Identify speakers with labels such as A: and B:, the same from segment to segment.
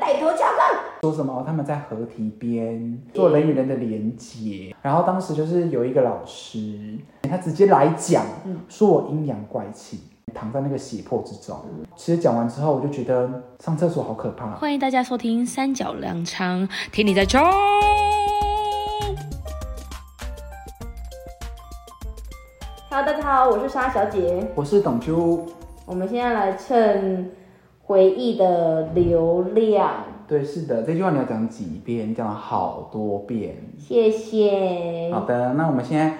A: 太多家了。
B: 说什么、哦他们在河堤边做人与人的连接，然后当时就是有一个老师，他直接来讲
A: 嗯，
B: 说我阴阳怪气，躺在那个胁迫之中。其实讲完之后，我就觉得上厕所好可怕。
C: 欢迎大家收听《三角粮仓》，听你在冲。
A: Hello，大家好，我是莎小姐。
B: 我是董珠，
A: 我们现在来蹭回忆的流量，
B: 对，是的，这句话你要讲几遍，讲了好多遍。
A: 谢谢。
B: 好的，那我们现在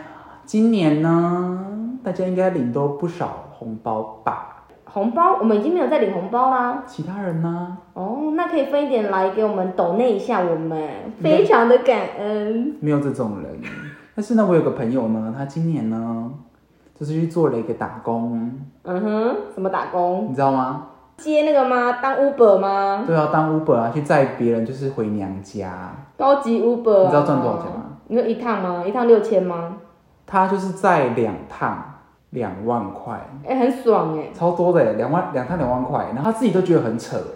B: 今年呢，大家应该领都不少红包吧？
A: 红包我们已经没有在领红包啦。
B: 其他人呢？
A: 哦，那可以分一点来给我们抖内一下，我们非常的感恩。
B: 没有这种人。但是呢，我有个朋友呢，他今年呢，就是去做了一个打工，
A: 嗯哼，什么打工？
B: 你知道吗？
A: 接那个吗？当 Uber 吗？
B: 对啊，当 Uber 啊，去载别人就是回娘家。
A: 高级 Uber、啊。
B: 你知道赚多少钱吗？
A: 你说一趟吗？一趟六千吗？
B: 他就是载两趟，两万块，
A: 哎、很爽哎、
B: 超多的耶，两万两趟两万块，然后他自己都觉得很扯耶。欸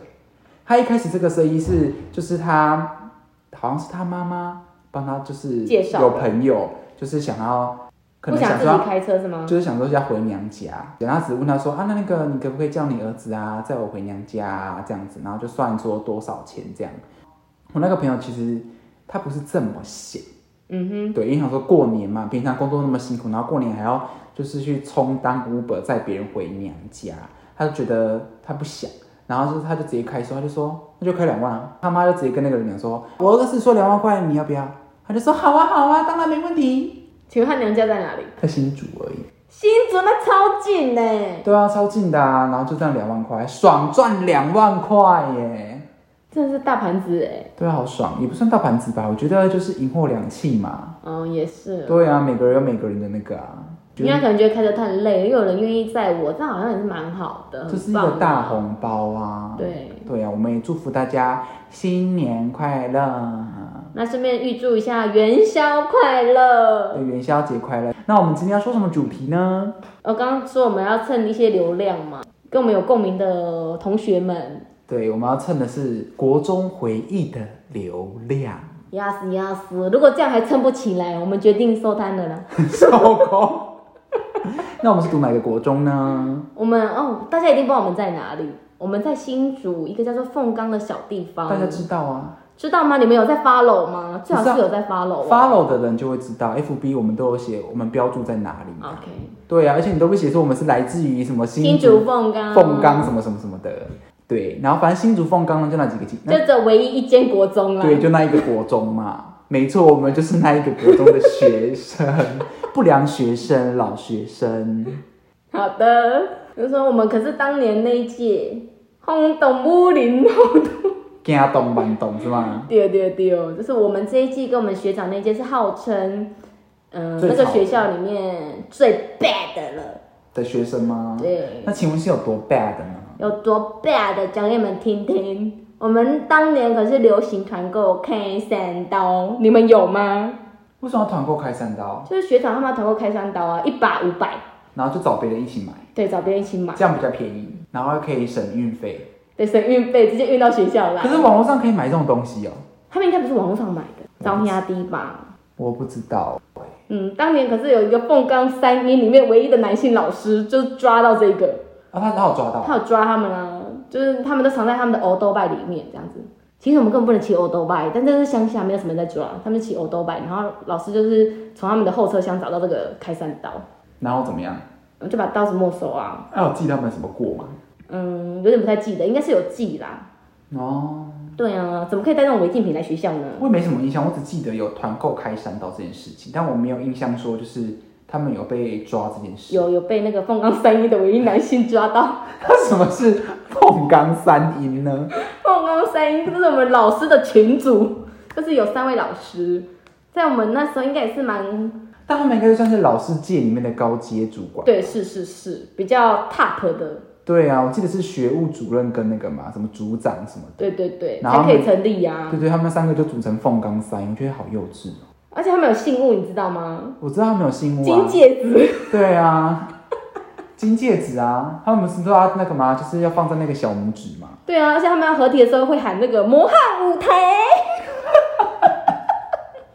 B: 他一开始这个生意是，就是他好像是他妈妈帮他，就是
A: 介绍的
B: 有朋友，就是想要，可
A: 不
B: 能
A: 想
B: 想
A: 自
B: 说要
A: 己开车是吗？
B: 就是想说要回娘家，然后只问他说啊，那那个你可不可以叫你儿子啊，载我回娘家啊这样子，然后就算说多少钱这样。我那个朋友其实他不是这么想，
A: 嗯
B: 对，因为想说过年嘛，平常工作那么辛苦，然后过年还要就是去充当 Uber 载别人回娘家，他就觉得他不想，然后就是他就直接开说，他就说那就开两万啊，他妈就直接跟那个人讲说，我儿子说两万块，你要不要？他就说好啊好啊，当然没问题，
A: 哼，请问他娘家在哪里？
B: 在新竹而已。
A: 新竹那超近呢、
B: 对啊，超近的啊，然后就这样两万块，爽赚两万块耶！
A: 真的是大盘子哎、
B: 对啊，好爽，也不算大盘子吧，我觉得就是赢货两气嘛。
A: 嗯，也是。
B: 对啊，每个人有每个人的那个啊，
A: 因为他可能觉得开车太累，又有人愿意载我，这样好像也是蛮好的，
B: 这是
A: 很
B: 一
A: 棒
B: 个
A: 啊
B: 大。红包啊。
A: 对，
B: 对啊，我们也祝福大家新年快乐，
A: 那顺便预祝一下元宵快乐。
B: 对元宵节快乐。那我们今天要说什么主题呢？
A: 我哦刚刚说我们要蹭一些流量嘛，跟我们有共鸣的同学们
B: 对，我们要蹭的是国中回忆的流量，
A: 压死压死。如果这样还蹭不起来，我们决定收摊了啦。
B: 收工。那我们是读哪个国中呢？
A: 我们哦，大家一定不知道我们在哪里。我们在新竹一个叫做凤冈的小地方，
B: 大家知道啊。
A: 知道吗？你们有在 follow 吗？最好
B: 不
A: 是
B: 是啊
A: 有在 follow 啊。
B: follow 的人就会知道，FB 我们都有写我们标注在哪里嘛。
A: OK，
B: 对啊，而且你都会写说我们是来自于什么
A: 新
B: 竹
A: 竹凤冈，
B: 凤冈什么什么什么的。对，然后反正新竹凤冈呢就那几个
A: 就
B: 那
A: 只有唯一一间国中啦。
B: 对，就那一个国中嘛。没错，我们就是那一个国中的学生， 不良学生、老学生。
A: 好的，就说我们可是当年那一届轰动武林，轰动。
B: 惊动蛮动是吗？
A: 对对对，就是我们这一季跟我们学长那一届是号称，嗯、
B: 最
A: 那个
B: 吵
A: 学校里面最 bad 的了。
B: 的学生吗？
A: 对，
B: 那请问是有多 bad 呢？
A: 有多 bad 讲给你们听听。我们当年可是流行团购 K 三刀，你们有吗？
B: 为什么要团购开三刀，
A: 就是学长他们要团购开三刀啊，一把五百，
B: 然后就找别人一起买，
A: 对，找别人一起买，
B: 这样比较便宜，然后可以省运费。
A: 对，省运费，直接运到学校来
B: 可。是网络上可以买这种东西哦、
A: 他们应该不是网络上买的，招压低吧？
B: 我不知道。欸
A: 嗯，当年可是有一个凤冈三音里面唯一的男性老师，就抓到这个，
B: 啊，他他有抓到，
A: 他有抓他们啊，就是他们都藏在他们的欧兜拜里面这样子。其实我们根本不能骑欧兜拜，但这是乡下没有什么人在抓，他们骑欧兜拜，然后老师就是从他们的后车厢找到这个开山刀，
B: 然后怎么样？
A: 我就把刀子没收啊。
B: 哎他有记他们什么过吗？
A: 嗯，有点不太记得，应该是有记啦。
B: 哦，
A: 对啊，怎么可以带这种违禁品来学校呢？
B: 我也没什么印象，我只记得有团购开山刀这件事情，但我没有印象说就是他们有被抓这件事。
A: 有有被那个凤冈三音的唯一男性抓到。
B: 他什么是凤冈三音呢？
A: 凤凰三音，这是我们老师的群组，就是有三位老师，在我们那时候应该也是蛮
B: 但他们应该算是老师界里面的高阶主管。
A: 对，是是是，比较 top 的，
B: 对啊，我记得是学务主任跟那个嘛，什么组长什么的。
A: 对对对，
B: 然后
A: 才可以成立呀、
B: 对对，他们三个就组成凤冈三音，我觉得好幼稚哦。
A: 而且他们有信物，你知道吗？
B: 啊我知道他们有新屋
A: 金
B: 啊，
A: 戒指，
B: 对啊，金戒指啊，他们不是都要那个吗？就是要放在那个小拇指嘛。
A: 对啊，而且他们要合体的时候会喊那个魔幻舞台，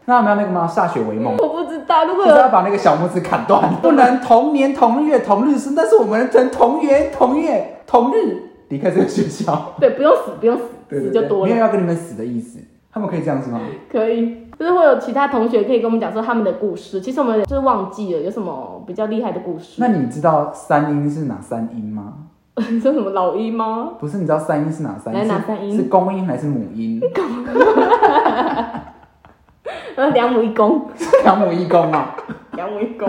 B: 那有没有那个吗？歃血为盟，
A: 我不知道如
B: 就
A: 果
B: 是要
A: 有
B: 把那个小拇指砍断，不能同年同月同日生，但是我们能同年同月同日离开这个学校。
A: 对不用死不用死
B: 对
A: 死
B: 对
A: 就
B: 对，
A: 多
B: 没有
A: 了，
B: 要跟你们死的意思。他们可以这样子吗？
A: 可以。就是会有其他同学可以跟我们讲说他们的故事，其实我们就是忘记了有什么比较厉害的故事。
B: 那你知道三音是哪三音吗？
A: 你 说什么老一 吗？
B: 不是，你知道三音是哪三音？
A: 来
B: 是
A: 哪三音
B: 是公音还是母 音？
A: 呃，两母一 公，
B: 两母一公啊。
A: 两母一公。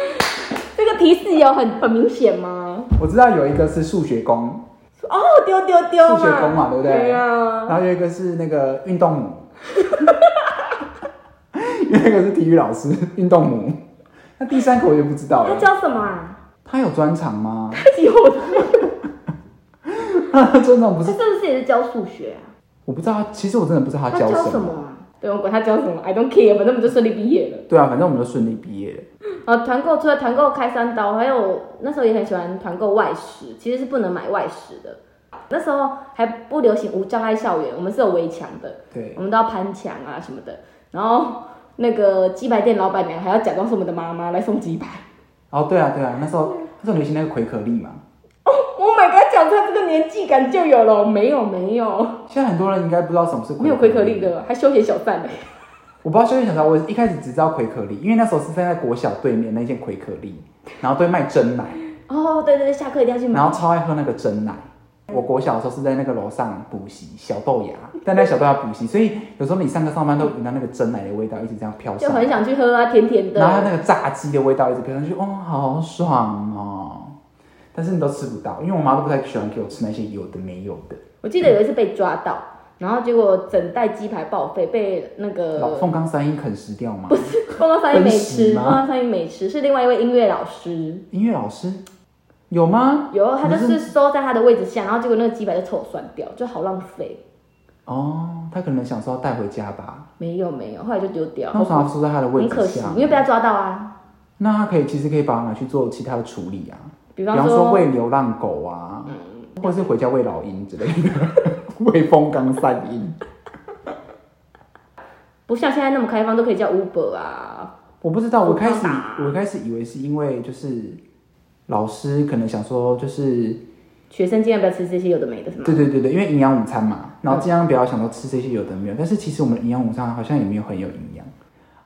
A: 这个提示有很很明显吗？
B: 我知道有一个是数学公，
A: 哦，丢丢丢嘛，
B: 数学公嘛对不对
A: 对啊，
B: 然后有一个是那个运动母， 有一个是体育老师，运动母。那第三个我就不知道
A: 他
B: 了。
A: 叫什么啊？
B: 他有专长吗？
A: 有，
B: 他的专长不
A: 他
B: 是，
A: 是不是也是教数学啊？
B: 我不知道他。其实我真的不知道他
A: 他
B: 教
A: 教
B: 什
A: 什么。啊？对，我管他教什么，I don't care，反正我们就顺利毕业了。
B: 对啊，反正我们都顺利毕业了。
A: 呃，团购除了团购开三刀，还有那时候也很喜欢团购外食，其实是不能买外食的。那时候还不流行无障碍校园，我们是有围墙的，
B: 对，
A: 我们都要攀墙啊什么的。然后那个鸡排店老板娘还要假装是我们的妈妈来送鸡排。
B: 然后对啊对啊，那时候那时候流行那个奎可力嘛。
A: Oh my god！讲出来这个年纪感就有了，没有没有
B: 现在很多人应该不知道什么是
A: 没有
B: 奎
A: 奎可力。的，还休闲小站呢。
B: 我不知道休息小站，我一开始只知道奎可力，因为那时候是站在国小对面那间奎可力，然后对卖真奶。
A: 哦，对对对，下课一定要去买。
B: 然后超爱喝那个真奶。我国小的时候是在那个楼上补习小豆芽，但在小豆芽补习，所以有时候你上课上班都闻到那个真奶的味道一直这样飘
A: 就
B: 上
A: 很
B: 来，
A: 想去喝啊，甜甜
B: 然后那
A: 的。
B: 个炸鸡的味道一直飘上去，哦，好爽哦！但是你都吃不到，因为我妈都不太喜欢给我吃那些有的没有的。
A: 我记得有一次被抓到，然后结果整袋鸡排报废，被那个
B: 老凤刚三音啃食掉吗？
A: 凤凰三一美吃，
B: 分食吗
A: 凤凰三一美吃是另外一位音乐老师，
B: 音乐老师有吗？
A: 有他就
B: 你
A: 是收在他的位置下，然后结果那个鸡排就臭酸掉，就好浪费。
B: 哦，他可能想说要带回家吧，
A: 没有没有，后来就丢掉
B: 那，为什么要收在他的位
A: 很
B: 置
A: 可惜
B: 下，
A: 因？为被他抓到啊。
B: 那他可以其实可以把它拿去做其他的处理啊。
A: 比
B: 比
A: 方
B: 方
A: 说嗯
B: 说喂流浪狗啊，或者是回家喂老鹰之类的， 喂风刚三鹰。
A: 不像现在那么开放，都可以叫 Uber 啊。
B: 我不知道，我开始
A: 疯狂打
B: 我开始以为是因为就是老师可能想说就是
A: 嗯学生尽量不要吃这些有的没的，是吗？
B: 对对对对，因为营养午餐
A: 嗯
B: 嘛，然后尽量不要想说吃这些有的没有，但是其实我们的营养午餐好像也没有很有营养，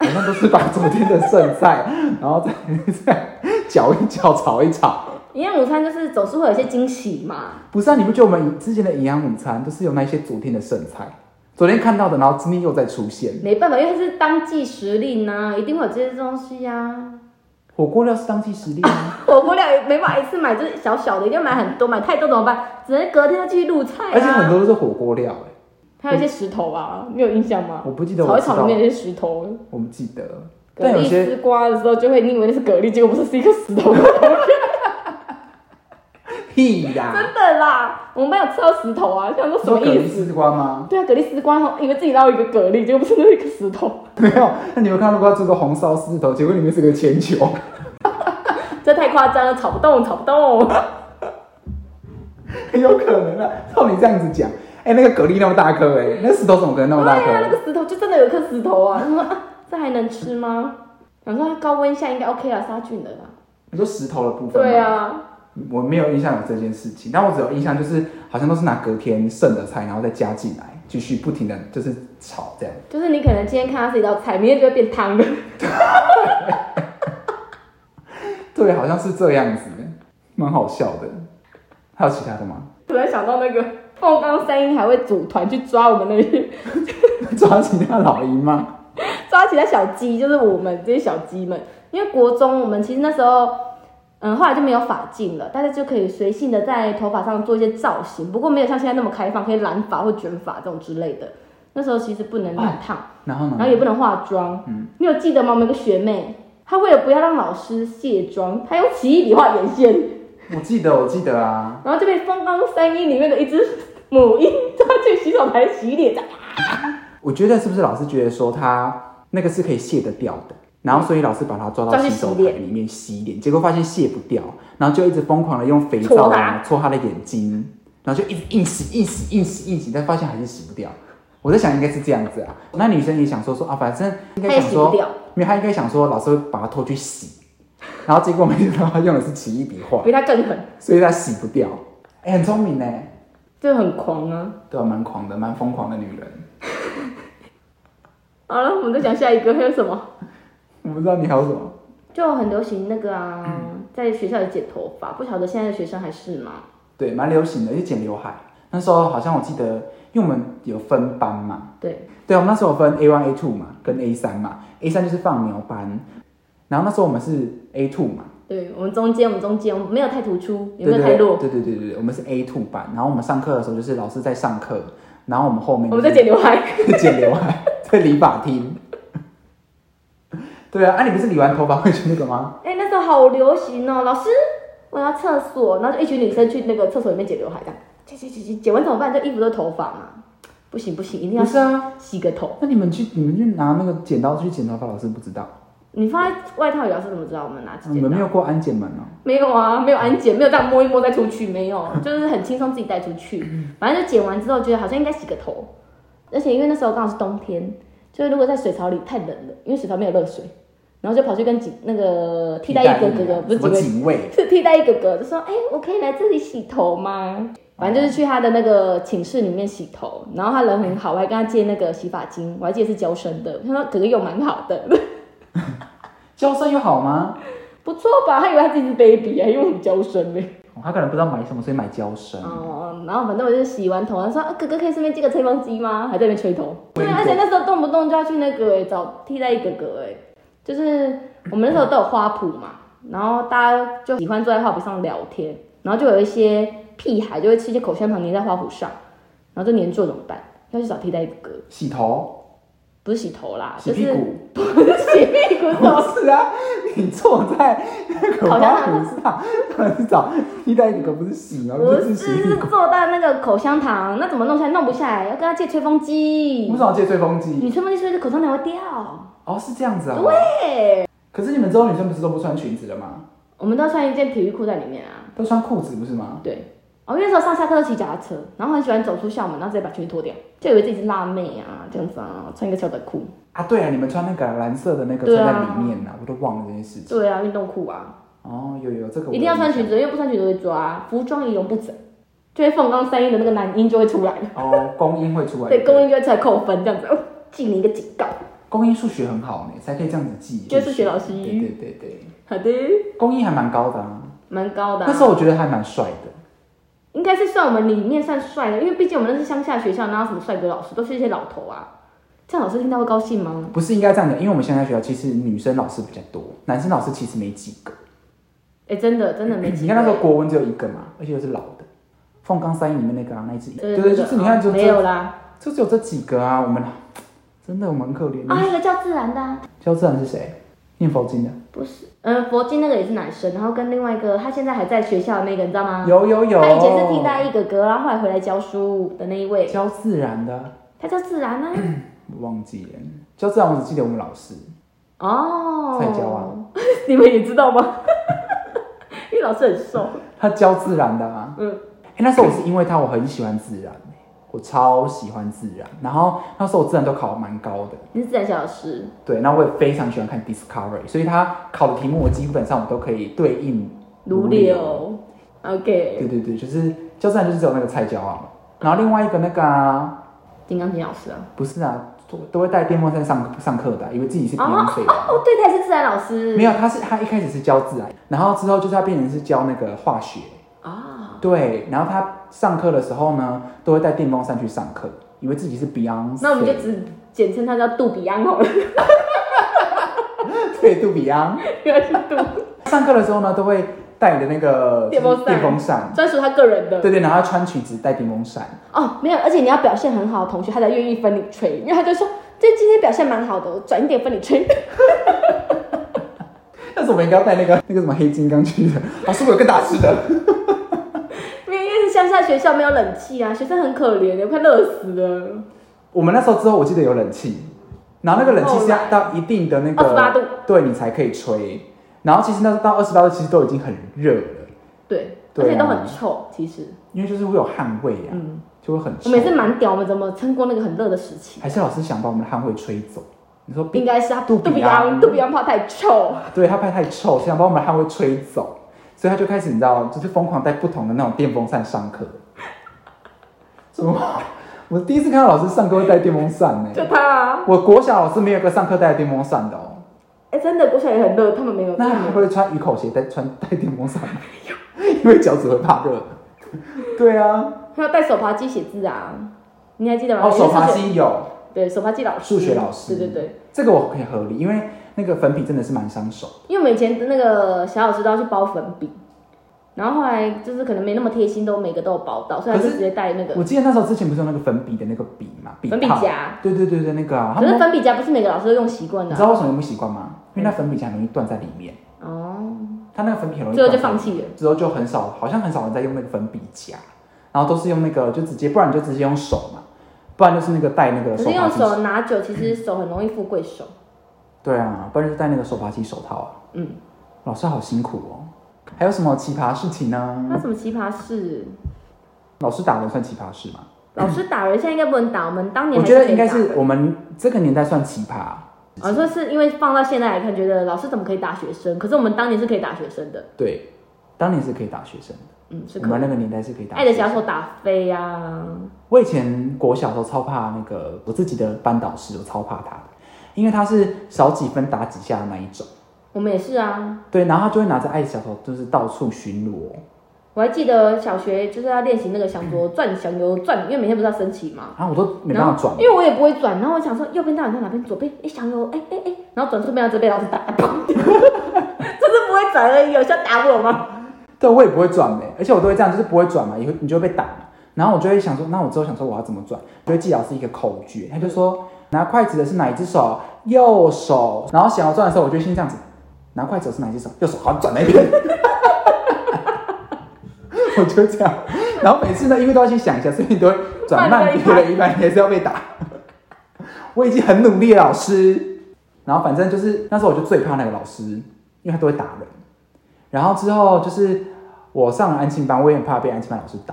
B: 好像都是把昨天的剩菜， 然后再再搅一搅炒一炒。
A: 营养午餐就是总是会有一些惊喜嘛。
B: 不是啊，你不觉得我们之前的营养午餐都是有那些昨天的剩菜，昨天看到的，然后今天又再出现？
A: 没办法，因为它是当季时令呐、一定会有这些东西啊呀、
B: 火锅料是当季实力啊，
A: 火锅料也没办法一次买，就是小小的，一定要买很多，买太多怎么办？只能隔天再继续卤菜、啊。
B: 而且很多都是火锅料、欸，
A: 还有一些石头吧，你有印象吗？
B: 我不记得
A: 炒
B: 我
A: 一
B: 吃到
A: 炒里面那些石头，
B: 我不记得。
A: 蛤
B: 但有
A: 蜊
B: 些
A: 丝瓜的时候就会，你以为那是蛤蜊，结果不是，是一个石 头。
B: 屁啦，
A: 真的啦，我们班有吃到石头啊，想说什么
B: 说蛤
A: 意
B: 蜊
A: 思？
B: 丝瓜吗？
A: 对啊，蛤蜊丝瓜，然后以为自己捞一个蛤蜊，结果不是，那是一个石头，
B: 没有。那你们看到如果要做个红烧狮子头，结果里面是个铅球，
A: 这太夸张了，炒不动，炒不动。
B: 很有可能啊。照你这样子讲，哎、那个蛤蜊那么大颗，哎，那石头怎么可能那么大
A: 对啊，那
B: 颗？
A: 个石头就真的有一颗石头啊！他说啊， 这还能吃吗？想说它高温下应该 OK 啦，杀菌的啦。
B: 你说石头的部分？
A: 对，啊，
B: 我没有印象有这件事情，但我只有印象就是好像都是拿隔天剩的菜，然后再加进来，继续不停的就是炒这样。
A: 就是你可能今天看它是一道菜，明天就会变汤了。
B: 对，好像是这样子，蛮好笑的。还有其他的吗？
A: 突然想到那个凤冈三鹰还会组团去抓我们那些
B: 抓其他老鹰吗？
A: 抓起来小鸡，就是我们这些小鸡们。因为国中我们其实那时候，嗯，后来就没有发髻了，大家就可以随性的在头发上做一些造型，不过没有像现在那么开放，可以染发或卷发这种之类的。那时候其实不能染烫，
B: 然后
A: 然后
B: 呢？
A: 也不能化妆。
B: 嗯
A: 你有记得吗？我们有个学妹，她为了不要让老师卸妆，她用奇异笔画眼线，
B: 我记得，我记得啊，
A: 然后就被风光三一里面的一只母鹰抓去洗手台洗脸，
B: 我觉得是不是老师觉得说他那个是可以卸得掉的，然后所以老师把他抓到
A: 抓去
B: 洗手
A: 洗
B: 台
A: 脸
B: 里面洗脸，结果发现卸不掉，然后就一直疯狂的用肥皂
A: 搓
B: 啊
A: 它
B: 搓他的眼睛，然后就一直硬洗硬洗硬洗硬洗，但发现还是洗不掉。我在想应该是这样子啊，那女生也想说说啊，反正应该
A: 她也
B: 想
A: 洗不
B: 说，
A: 掉，
B: 没有，她应该想说老师会把她拖去洗，然后结果没想到她用的是奇异笔画，
A: 比他更狠，
B: 所以她洗不掉。哎、很聪明呢，
A: 就很狂啊。
B: 对啊，蛮狂的，蛮疯狂的女人。
A: 好了，我们再讲下一个还有什么？
B: 我不知道你还有什么，
A: 就很流行那个啊，在学校里剪头发，不晓得现在的学生还是吗？
B: 对，蛮流行的，就剪刘海。那时候好像我记得，因为我们有分班嘛，
A: 对，
B: 对，我们那时候有分 A one、A two 嘛，跟 A 三嘛。A 三就是放牛班，然后那时候我们是 A two 嘛，
A: 对我们中间，我们中间，我们没有太突出，也
B: 对
A: 没有
B: 对
A: 太
B: 对
A: 弱，
B: 对对对对，我们是 A two 班。然后我们上课的时候就是老师在上课，然后我们后面
A: 我
B: 就
A: 们
B: 是
A: 在剪刘海。
B: 剪刘海，在理发厅。对啊，啊你不是理完头发会去那个吗？
A: 哎、那时候好流行哦，老师，我要厕所，然后就一群女生去那个厕所里面剪刘海，这样剪剪剪剪，剪完怎么办？这衣服都是头发嘛，不行不行，一定
B: 不
A: 要
B: 是啊，
A: 洗个头。
B: 那你们去你们去拿那个剪刀去剪头发，老师不知道，
A: 你放在外套里，老师怎么知道我们拿去
B: 你
A: 剪
B: 们
A: 刀
B: 没？有过安检门哦、
A: 没有啊，没有安检，没有这样摸一摸再出去，没有，就是很轻松自己带出去。反正就剪完之后，觉得好像应该洗个头，而且因为那时候刚好是冬天，就是如果在水槽里太冷了，因为水槽没有热水，然后就跑去跟几那个替代役哥哥哥，不是几
B: 什么
A: 位
B: 警卫，
A: 是替代役哥哥，就说：“哎、我可以来这里洗头吗？”反正就是去他的那个寝室里面洗头，然后他人很好，我还跟他借那个洗发精，我还记得是娇生的，他说哥哥用蛮好的，
B: 娇生又好吗？
A: 不错吧？他以为他自己是 baby，还用什么娇生嘞？
B: 哦他可能不知道买什么，所以买娇生。
A: 哦，然后反正我就洗完头，他说、啊、哥哥可以顺便借个吹风机吗？还在那边吹头。对，啊而且那时候动不动就要去那个、欸、找替代役哥哥哎、就是我们那时候都有花圃嘛，然后大家就喜欢坐在花圃上聊天，然后就有一些屁孩就会吃一些口香糖粘在花圃上，然后就粘住怎么办？要去找替代役哥哥，
B: 洗头、
A: 不是洗头 啦，
B: 洗
A: 啊就
B: 屁
A: 是
B: 股，
A: 不是洗屁股，
B: 不是啊，你坐在那个
A: 好像
B: 花圃上，当然是找替代那个不是洗吗？哦
A: 不
B: 是
A: 是
B: 洗屁
A: 是
B: 股，
A: 坐到那个口香糖，那怎么弄起来？弄不下来，要跟他借吹风机
B: 我们。找借吹风
A: 你
B: 机。
A: 吹风机吹的口香糖会掉。
B: 哦，是这样子啊。
A: 对，
B: 可是你们之后女生不是都不穿裙子了吗？
A: 我们都要穿一件体育裤在里面啊。
B: 都穿裤子不是吗？
A: 对，哦，因为那时候上下课都骑脚踏车，然后很喜欢走出校门，然后直接把裙子脱掉，就以为自己是辣妹啊，这样子啊，穿一个小短裤。
B: 啊，对啊，你们穿那个蓝色的那个
A: 对
B: 穿
A: 啊
B: 在里面啊，我都忘了这件事情。
A: 对啊，运动裤啊，
B: 哦，有有这个我
A: 一定要穿
B: 有印象
A: 裙子，因为不穿裙子会抓，服装仪容不整，就会凤刚三音的那个男音就会出来了，
B: 哦，公音会出来。
A: 对，公音就会出来扣分，这样子，哦，记你一个警告。
B: 公音数学很好呢，才可以这样子记。
A: 就是数学老师
B: 对对对对，
A: 好的，
B: 公音还蛮高的啊。
A: 蛮高的、啊。
B: 那时候我觉得还蛮帅的。
A: 应该是算我们里面算帅的，因为毕竟我们那是乡下学校，哪有什么帅哥老师，都是一些老头啊。这样老师听到会高兴吗？
B: 不是应该这样讲，因为我们现在学校其实女生老师比较多，男生老师其实没几个。
A: 哎、真的真的没机会。
B: 你看那时候国文只有一个嘛，而且又是老的，《凤冈三一》里面那个啊，那一只，
A: 对哦
B: 对对，就是你看就
A: 没有
B: 这，
A: 啦，
B: 就只有这几个啊，我们真的我们很可怜。
A: 啊，还有一个叫自然的、啊，
B: 肖自然是谁？念佛经的，
A: 不是，嗯，佛经那个也是男生，然后跟另外一个，他现在还在学校的那个，你知道吗？
B: 有有有，
A: 啊他以前是替代役哥哥，然后后来回来教书的那一位，
B: 肖自然的，
A: 他叫自然啊，
B: 我忘记了。肖自然我只记得我们老师，
A: 哦，
B: 蔡娇啊，
A: 你们也知道吗？ 因为老师很瘦，
B: 他教自然的啊。
A: 嗯，
B: 哎、那时候我是因为他，我很喜欢自然、欸我超喜欢自然。然后那时候我自然都考得蛮高的，
A: 你是自然小老师，
B: 对，那我也非常喜欢看 Discovery，所以他考的题目我基本上我都可以对应
A: 如
B: 流。
A: 流
B: 对
A: ，OK，
B: 对对，就是就算就是只有那个菜椒啊，然后另外一个那个、啊、
A: 金刚经老师啊，
B: 不是啊，都都会带电风扇上上课的啊、以为自己是
A: 哦
B: 免费的啊。
A: 哦，对，他也是自然老师，
B: 没有，他是他一开始是教自然，然后之后就是他变成是教那个化学，
A: 啊，
B: 对，然后他上课的时候呢，都会带电风扇去上课，以为自己是 Beyond。
A: 那我们就只简称他叫杜比安好了，
B: 对杜比昂。
A: 原来是杜，
B: 上课的时候呢，都会带你的那个
A: 电风扇
B: 电风扇
A: 专属他个人的。
B: 对对，然后穿裙子带电风扇。
A: 哦，没有，而且你要表现很好的同学，他才愿意分你吹，因为他就说这今天表现蛮好的，我转一点分你吹。
B: 但是我们应该要带那个那个什么黑金刚去的，哦老师我有更大只的。
A: 没有，因为是乡下学校没有冷气啊，学生很可怜的，快热死了。
B: 我们那时候之后我记得有冷气，然后那个冷气是
A: 后
B: 要
A: 来
B: 到一定的那个
A: 28度，
B: 对你才可以吹。然后其实那到二十八度其实都已经很热了，
A: 对，
B: 对啊啊
A: 而且都很臭，其实，
B: 因为就是会有汗味呀、
A: 嗯，
B: 就会很
A: 我
B: 臭。
A: 们也是蛮屌，我们怎么撑过那个很热的时期？
B: 还是老师想把我们的汗味吹走？你说
A: 应该是他
B: 杜
A: 杜
B: 比
A: 比
B: 昂
A: 昂，杜比昂怕太臭，
B: 对他拍太臭，想把我们汗味吹走，所以他就开始你知道，就是疯狂带不同的那种电风扇上课。怎么？我第一次看到老师上课会带电风扇呢、
A: 就他啊，
B: 我国小老师没有一个上课带电风扇的哦，
A: 哎，真的，国小也很热，他们没有，
B: 那
A: 他们
B: 还
A: 没有
B: 会穿雨口鞋带穿带电风扇吗？ 因为脚趾会怕热。对啊，
A: 还有带手扒机写字啊，你还记得吗？
B: 哦，手
A: 也
B: 扒
A: 是数学，
B: 机有，
A: 对，手扒机老师，
B: 数学老师
A: 对对对，
B: 这个我可以合理，因为那个粉笔真的是蛮伤手。
A: 因为我们以前的那个小老师都要去包粉笔，然后后来就是可能没那么贴心，都每个都有包到，所以他
B: 可
A: 就是直接带那个
B: 我记得那时候之前不是有那个粉笔的那个笔嘛，笔
A: 粉笔
B: 套
A: 夹。
B: 对对对对，那个啊，他
A: 可
B: 们
A: 是粉笔夹不是每个老师都用习惯
B: 你
A: 的
B: 知
A: 啊、嗯
B: 道为什么不习惯吗？因为那粉笔很容易断在里面，
A: 哦，
B: 它那个粉笔很容易
A: 最后
B: 断在
A: 就
B: 里面。
A: 放弃了。
B: 之后就很少，好像很少人在用那个粉笔夹，然后都是用那个就直接，不然你就直接用手嘛，不然就是那个带那
A: 可
B: 个手嗯
A: 是
B: 扒
A: 用
B: 机。
A: 手拿酒，其实手很容易富贵手。
B: 对啊，不然就戴那个手扒机手套啊。
A: 嗯，
B: 老师好辛苦哦。还有什么奇葩事情
A: 那
B: 呢？
A: 什么奇葩事？
B: 老师打人算奇葩事吗？
A: 老师打人现在应该不能打，我们当年
B: 我
A: 还
B: 觉得
A: 可以
B: 应该
A: 打
B: 是我们这个年代算奇葩。
A: 啊，说是因为放到现在来看，觉得老师怎么可以打学生？可是我们当年是可以打学生的，
B: 对，当年是可以打学生的，
A: 嗯，是
B: 我
A: 可
B: 们
A: 以。
B: 那个年代是可以打。
A: 爱的小手打飞啊，
B: 我以前国小的时候超怕那个我自己的班导师，我超怕他的，因为他是少几分打几下的那一种。
A: 我们也是啊。
B: 对，然后他就会拿着爱的小手，就是到处巡逻。
A: 我还记得小学就是要练习那个想
B: 嗯
A: 左转、想右转，因为每天不是要升旗嘛。
B: 然后我都没
A: 然
B: 办
A: 后
B: 法转
A: 因，为我也不会转，然后我想说右边到底在哪边，左边哎想右，哎哎哎，然后转出边到这边，老师打，砰 就是不会转而已，有需要打我吗？
B: 对我也不会转的、欸而且我都会这样，就是不会转嘛，也会你就会被打嘛。然后我就会想说，那我之后想说我要怎么转，就会记老师一个口诀，他就说拿筷子的是哪一只手，右手。然后想要转的时候，我就先这样子，拿筷子的是哪一只手，右手，好转那边。 我就这样，然后每次呢，因为都要先想一下，所以你都会转慢别人一拍，你还是要被打。我已经很努力了，老师。然后反正就是那时候我就最怕那个老师，因为他都会打人。然后之后就是我上了安亲班，我也很怕被安亲班老师打，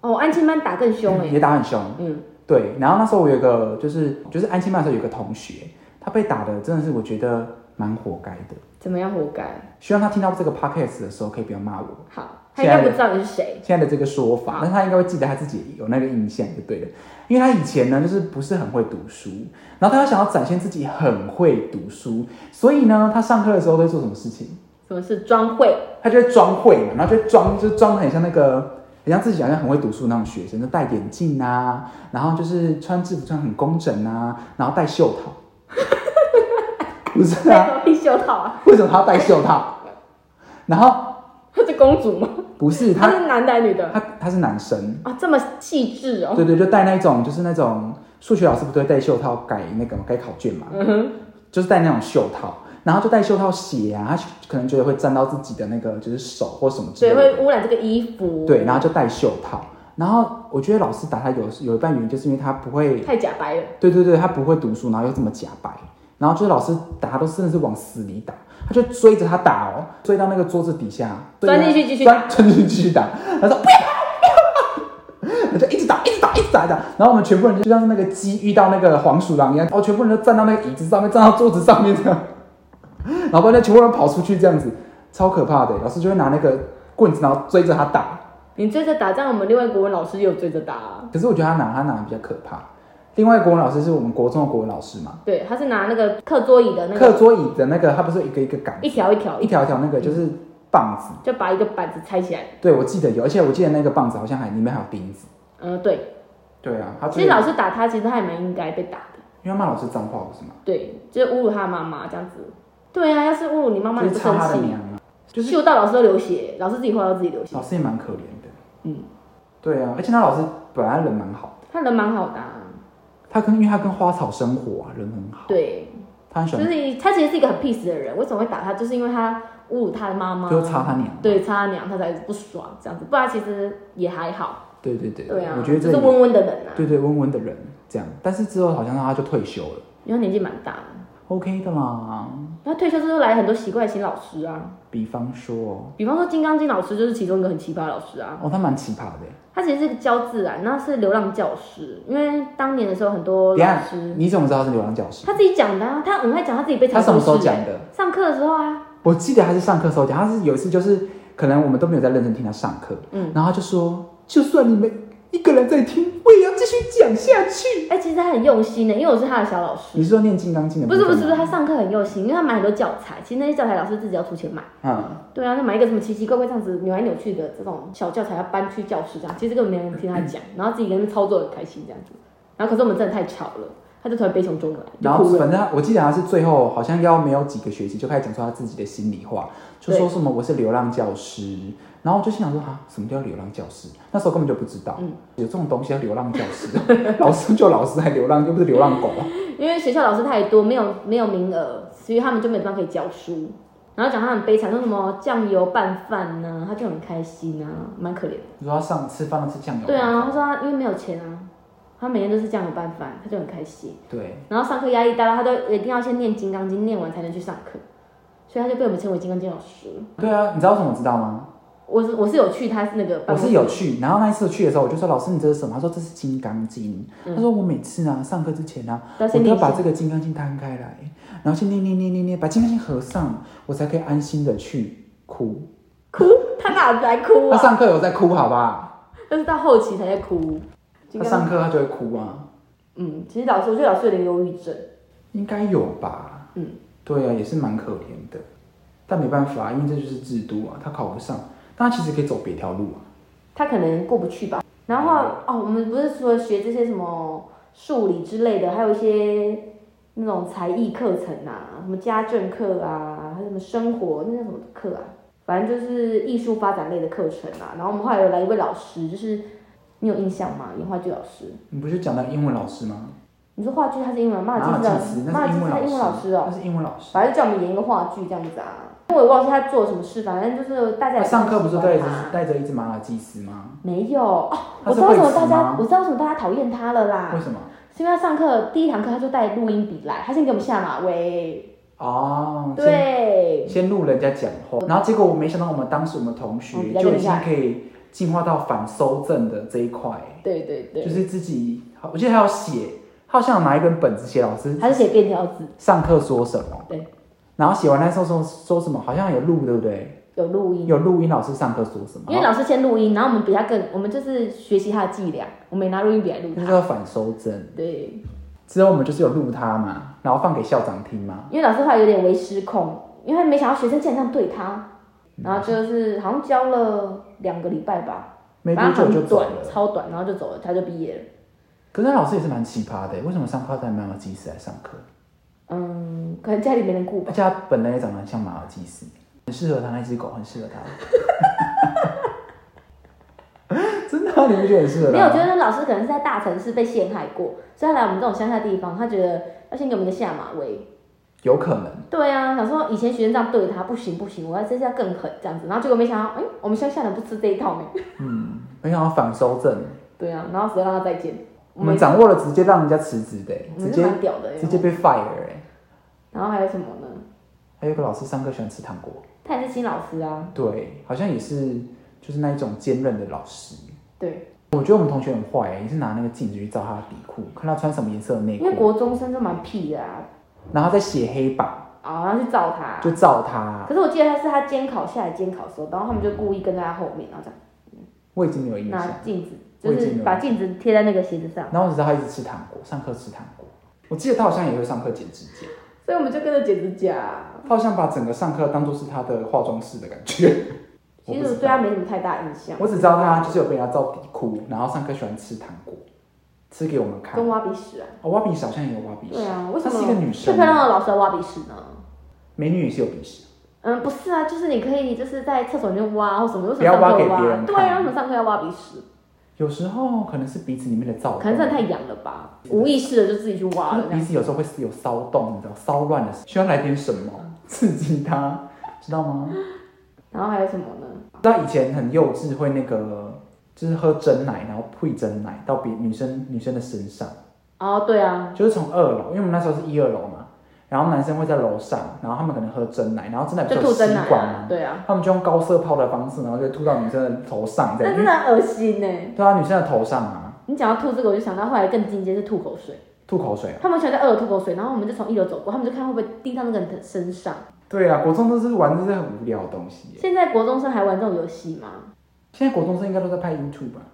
A: 哦，安亲班打更凶哎、
B: 也打很凶。
A: 嗯，
B: 对，然后那时候我有一个就是就是安亲班的时候有一个同学，他被打的真的是我觉得蛮活该的。
A: 怎么样活该？
B: 希望他听到这个 podcast 的时候可以不要骂我
A: 好，他应该
B: 亲爱的
A: 不知道你是谁，
B: 现在的这个说法，但是他应该会记得他自己有那个印象就对了，因为他以前呢就是不是很会读书，然后他又想要展现自己很会读书，所以呢他上课的时候都会做什么事情？
A: 什么是庄慧？
B: 他就会装会嘛，然后就会装就装的很像那个，很像自己好像很会读书那种学生，就戴眼镜啊，然后就是穿制服穿很工整啊，然后戴袖套。 不是
A: 戴
B: 啊，
A: 什么必袖套啊？
B: 为什么他要戴袖套？然后
A: 她是公主吗？
B: 不是
A: 她
B: 他，
A: 是男的还是女的？
B: 他他是男生，
A: 啊，这么细致哦。
B: 对对，就戴那种就是那种数学老师不都会戴袖套改那个嘛改考卷嘛，
A: 嗯哼，
B: 就是戴那种袖套，然后就戴袖套写啊，他可能觉得会沾到自己的那个就是手或什么之
A: 所
B: 类
A: 以
B: 的。
A: 会污染这个衣服。
B: 对，然后就戴袖套。然后我觉得老师打他有有一半原因就是因为他不会，
A: 太假白了。
B: 对对对，他不会读书，然后又这么假白，然后就是老师打他都真的是往死里打，他就追着他打哦，追到那个桌子底下，追
A: 钻
B: 到
A: 进去继续
B: 钻钻进去继续打，他说不要。不要他就一直打，一直打，一直打，一直打。然后我们全部人就像那个鸡遇到那个黄鼠狼一样，哦，全部人都站到那个椅子上面，站到桌子上面这样。然后呢，全部人跑出去这样子，超可怕的。老师就会拿那个棍子，然后追着他打。
A: 你追着打，这样我们另外一个国文老师也有追着打、啊。
B: 可是我觉得他拿他拿的比较可怕。另外，国文老师是我们国中的国文老师嘛，
A: 对，他是拿那个课桌椅的那
B: 课
A: 个
B: 桌椅的那个，他不是一个一个杆，
A: 一条一条
B: 一，条一条那个就是棒子。
A: 就把一个板子拆起来。
B: 对，我记得有，而且我记得那个棒子好像还里面还有钉子。
A: 嗯、对，
B: 对啊，他
A: 其实老
B: 因
A: 师打他，其实他也蛮应该被打的。
B: 为他骂老师脏话不是吗？
A: 对，就是侮辱他的妈妈这样子。对啊，要是侮辱你妈妈，
B: 就
A: 你
B: 是
A: 不
B: 擦
A: 生
B: 他的
A: 气，
B: 娘啊，就是
A: 秀到老师都流血，老师自己画到自己流血
B: 老。师也蛮可怜的。
A: 嗯，
B: 对啊，而且他老师本来人蛮好的，
A: 他人蛮好的、啊，
B: 他跟因为他跟花草生活啊，人很好，
A: 对，
B: 他很喜
A: 就
B: 欢
A: 是他其实是一个很 peace 的人，为什么会打他？就是因为他侮辱他的妈妈，
B: 就是擦他娘。啊
A: 对，擦他娘，他才不爽这样子，不然其实也还好。
B: 对对对，
A: 对啊，
B: 我觉得
A: 就
B: 这
A: 是
B: 里
A: 温温的人啊。
B: 对对温温的人这样，但是之后好像他就退休了。
A: 因为他年纪蛮大的。
B: ，OK 的嘛。
A: 他退休之后来很多奇怪的新老师啊，
B: 比方说，
A: 比方说金刚经老师就是其中一个很奇葩的老师啊。
B: 哦，他蛮奇葩的。
A: 他其实是个教自然，那是流浪教师，因为当年的时候很多
B: 等一
A: 老
B: 下
A: 师，
B: 你怎么知道他是流浪教师？
A: 他自己讲的啊，他很爱讲他自己被
B: 他
A: 查
B: 什么时候
A: 过世欸
B: 讲的？
A: 上课的时候啊，
B: 我记得他是上课时候讲，他是有一次就是可能我们都没有在认真听他上课，
A: 嗯，
B: 然后他就说，就算你们一个人在听，我也要继续讲下去。
A: 哎、其实他很用心的、因为我是他的小老师
B: 你。是说念《金刚经》的
A: 不
B: 部
A: 是
B: 分
A: 不
B: 吗？
A: 是不是，他上课很用心，因为他买很多教材，其实那些教材老师自己要出钱买。
B: 嗯，
A: 对啊，就买一个什么奇奇怪怪这样子扭来扭去的这种小教材，要搬去教室这样，其实根本没人听他 讲，然后自己在那边操作很开心这样子。然后可是我们真的太吵了，他就突然悲从中来，
B: 然
A: 就
B: 后
A: 哭了。
B: 反正我记得他是最后好像要没有几个学期就开始讲出他自己的心里话，就说什么我是流浪教师，然后我就心想说啊，什么叫流浪教师？那时候根本就不知道，
A: 嗯
B: 有这种东西叫流浪教师， 老师就老师还流浪，又不是流浪狗。
A: 因为学校老师太多，没有没有名额，所以他们就没有地方可以教书。然后讲他很悲惨，说什么酱油拌饭呐、他就很开心啊，蛮可怜的。
B: 你说他上吃饭都吃酱油，
A: 对啊，他说他因为没有钱啊，他每天都是酱油拌饭，他就很开心。
B: 对，
A: 然后上课压力大到他都一定要先念《金刚经》，念完才能去上课，所以他就被我们称为《金刚经》老师。
B: 对啊，你知道为什么我知道吗？
A: 我是我是有去，他是那个
B: 我
A: 办公
B: 是
A: 室
B: 有去，然后那一次去的时候，我就说老师你这是什么？他说这是《金刚经》，
A: 嗯
B: 他说我每次啊上课之前啊，
A: 但是
B: 我都
A: 你
B: 要把这个金刚经摊开来，然后先念念念念念，把金刚经合上，我才可以安心的去哭。
A: 哭，他哪来哭
B: 他
A: 啊？
B: 上课有在哭，好吧？
A: 但是到后期才在哭。金
B: 他
A: 刚
B: 上课他就会哭啊，
A: 嗯，其实老师，我觉得老师有点忧郁症。
B: 应该有吧？
A: 嗯，
B: 对啊，也是蛮可怜的，但没办法，啊因为这就是制度啊，他考不上，但他其实可以走别条路啊。
A: 他可能过不去吧。然后哦，我们不是除了学这些什么数理之类的，还有一些那种才艺课程啊，什么家政课啊，还有什么生活那叫什么课啊，反正就是艺术发展类的课程啊。然后我们后来有来一位老师，就是你有印象吗？演话剧老师。
B: 你不是讲到英文老师吗？
A: 你说话剧他是啊英文，马尔
B: 马尔
A: 济
B: 济
A: 斯
B: 斯
A: 的马
B: 那
A: 尔
B: 是
A: 济
B: 英
A: 斯
B: 文
A: 的
B: 老
A: 英
B: 师，
A: 文老师哦
B: 那，是英文老师。
A: 反正就叫我们演一个话剧这样子啊。因为我也忘记他做了什么事，反正就是大家
B: 他
A: 也
B: 上课不是
A: 喜欢
B: 带
A: 他
B: 着带着一只马尔济斯吗？
A: 没有哦，
B: 他
A: 我知
B: 是
A: 道为什么
B: 会
A: 大
B: 死吗
A: 家，我知道为什么大家讨厌他了
B: 为
A: 啦，
B: 什么？
A: 是因为他上课第一堂课他就带录音笔来，他先给我们下马威，
B: 哦，先
A: 对，啊
B: 先录人家讲话，然后结果我没想到我们当时我们同学
A: 嗯哦比较
B: 就已
A: 厉
B: 经
A: 害
B: 可以进化到反搜证的这一块，
A: 对对
B: 就
A: 对，
B: 是自己，好我记得还要写，他好像有拿一本本子写老师
A: 他是写便条纸，
B: 上课说什么，
A: 对，
B: 然后写完那时候说说什么，好像有录对不对？
A: 有录音，
B: 有录音老师上课说什么，
A: 嗯因为
B: 然后
A: 老师先录音，然后我们比他更，我们就是学习他的伎俩，我们也拿录音笔来录
B: 那
A: 他，
B: 叫反搜证。
A: 对，
B: 之后我们就是有录他嘛，然后放给校长听嘛，
A: 因为老师后来有点为失控，因为他没想到学生竟然这样对他，然后就是好像教了两个礼拜吧，
B: 没多
A: 反正
B: 久就
A: 很
B: 走
A: 短，
B: 了。
A: 超短，然后就走了，他就毕业了。
B: 可是那老师也是蛮奇葩的，为什么上课要带马尔济斯来上课？
A: 嗯，可能家里没人顾吧
B: 而。且他本人也长得很像马尔济斯，很适合他那只狗，很适合他。 真的啊、你不觉得很适合他吗？
A: 没有，我觉得老师可能是在大城市被陷害过，所以他来我们这种乡下地方，他觉得要先给我们一个下马威。
B: 有可能。
A: 对啊，想说以前学生这样对他不行不行，我要这次要更狠这样子，然后结果没想到，哎、我们乡下人不吃这一套呢。
B: 没想到反收正，
A: 对啊，然后只要让他再见，
B: 我们掌握了直接让人家辞职的、
A: 我
B: 直
A: 们是
B: 接
A: 蛮屌的、欸。
B: 直接被 fire 哎、
A: 然后还有什么呢？
B: 还有一个老师上课喜欢吃糖果，
A: 他也是新老师啊，
B: 对，好像也是就是那一种坚韧的老师。
A: 对，
B: 我觉得我们同学很坏、欸，也是拿那个镜子去照他的底裤，看他穿什么颜色的内
A: 因为
B: 裤，
A: 国中生就蛮屁的啊，
B: 然后再写黑板，
A: 啊，然后去找他。
B: 就照他。
A: 可是我记得他是他监考下来监考的时候，然后他们就故意跟在他后面，然后这样
B: 我已经没有印象，
A: 拿镜子，
B: 我
A: 就
B: 已经
A: 是
B: 有
A: 把镜子贴在那个鞋子上。
B: 然后我只知道他一直吃糖果，上课吃糖果。我记得他好像也会上课剪指甲，
A: 所以我们就跟着剪指甲。
B: 他好像把整个上课当做是他的化妆室的感觉。我
A: 其
B: 不
A: 实我
B: 知
A: 对他
B: 道，
A: 没什么太大印象，
B: 我只知道他就是有被人家照底裤，然后上课喜欢吃糖果，吃给我们看
A: 跟。挖鼻屎啊。
B: 哦，挖鼻屎好像也有挖鼻
A: 对
B: 屎，
A: 啊，为什
B: 她
A: 么
B: 是一个女
A: 最
B: 生
A: 漂亮的老师要挖鼻屎呢？
B: 美女也是有鼻屎。
A: 嗯，不是啊，就是你可以就是在厕所里面挖或什么，为什
B: 不
A: 么
B: 要
A: 上
B: 挖
A: 课
B: 给
A: 要
B: 别人看
A: 对啊，为什么上课要挖鼻屎？
B: 有时候可能是鼻子里面的躁动，
A: 可能真的太痒了吧，无意识的就自己去挖
B: 就
A: 了
B: 是
A: 这
B: 鼻
A: 样。
B: 子有时候会有骚动，你知道骚乱的，需要来点什么
A: 嗯
B: 刺激他，知道吗？
A: 然后还有什么呢？
B: 知道以前很幼稚，会那个就是喝真奶，然后配真奶到别女生女生的身上，
A: 哦，对啊，
B: 就是从二楼，因为我们那时候是一二楼嘛，然后男生会在楼上，然后他们可能喝真奶，然后真奶不
A: 就是
B: 有
A: 吐真
B: 吸
A: 奶
B: 管
A: 啊
B: 吗，？
A: 对啊，
B: 他们就用高射炮的方式，然后就吐到女生的头上，这
A: 那
B: 样，
A: 真的
B: 因为
A: 很恶心呢、
B: 对啊，女生的头上啊，
A: 你讲到吐这个，我就想到后来更进阶是吐口水，
B: 吐口水啊，
A: 他们喜欢在二楼吐口水，然后我们就从一楼走过，他们就看会不会滴到那个人的身上。
B: 对啊，国中都是玩这些很无聊的东西耶。
A: 现在国中生还玩这种游戏吗？
B: 现在国中生应该都在拍 YouTube 啊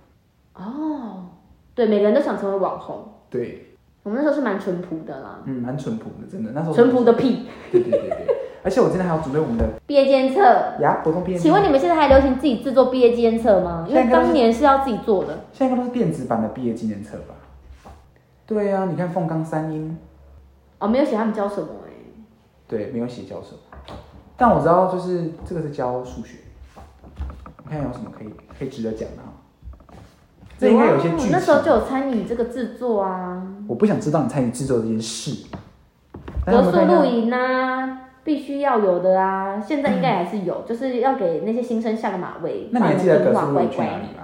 B: 吧？
A: 哦，对，每个人都想成为网红。
B: 对，
A: 我们那时候是蛮淳朴的啦，
B: 嗯，蛮淳朴的，真的，那时候
A: 淳朴。的屁。
B: 对对对 对，而且我今天还要准备我们的
A: 毕业监测，
B: 呀，国中毕业。
A: 请问你们现在还流行自己制作毕业监测吗？因为
B: 现在都是
A: 当年是要自己做的。
B: 现在应该都是电子版的毕业纪念册吧？对啊，你看凤冈三英，
A: 哦，没有写他们教什么哎、
B: 对，没有写教授，但我知道就是这个是教数学。我看有什么可以可以值得讲的啊？这应该有一些
A: 啊
B: 剧情。
A: 那时候就有参与这个制作啊，
B: 我不想知道你参与制作这件事。但
A: 格
B: 是哎我
A: 数
B: 看一下
A: 露营啊，必须要有的啊。现在应该也是有，就是要给那些新生下个马威，
B: 嗯那你还记得
A: 把们听话
B: 格数露
A: 乖
B: 营去哪
A: 乖。
B: 里吗？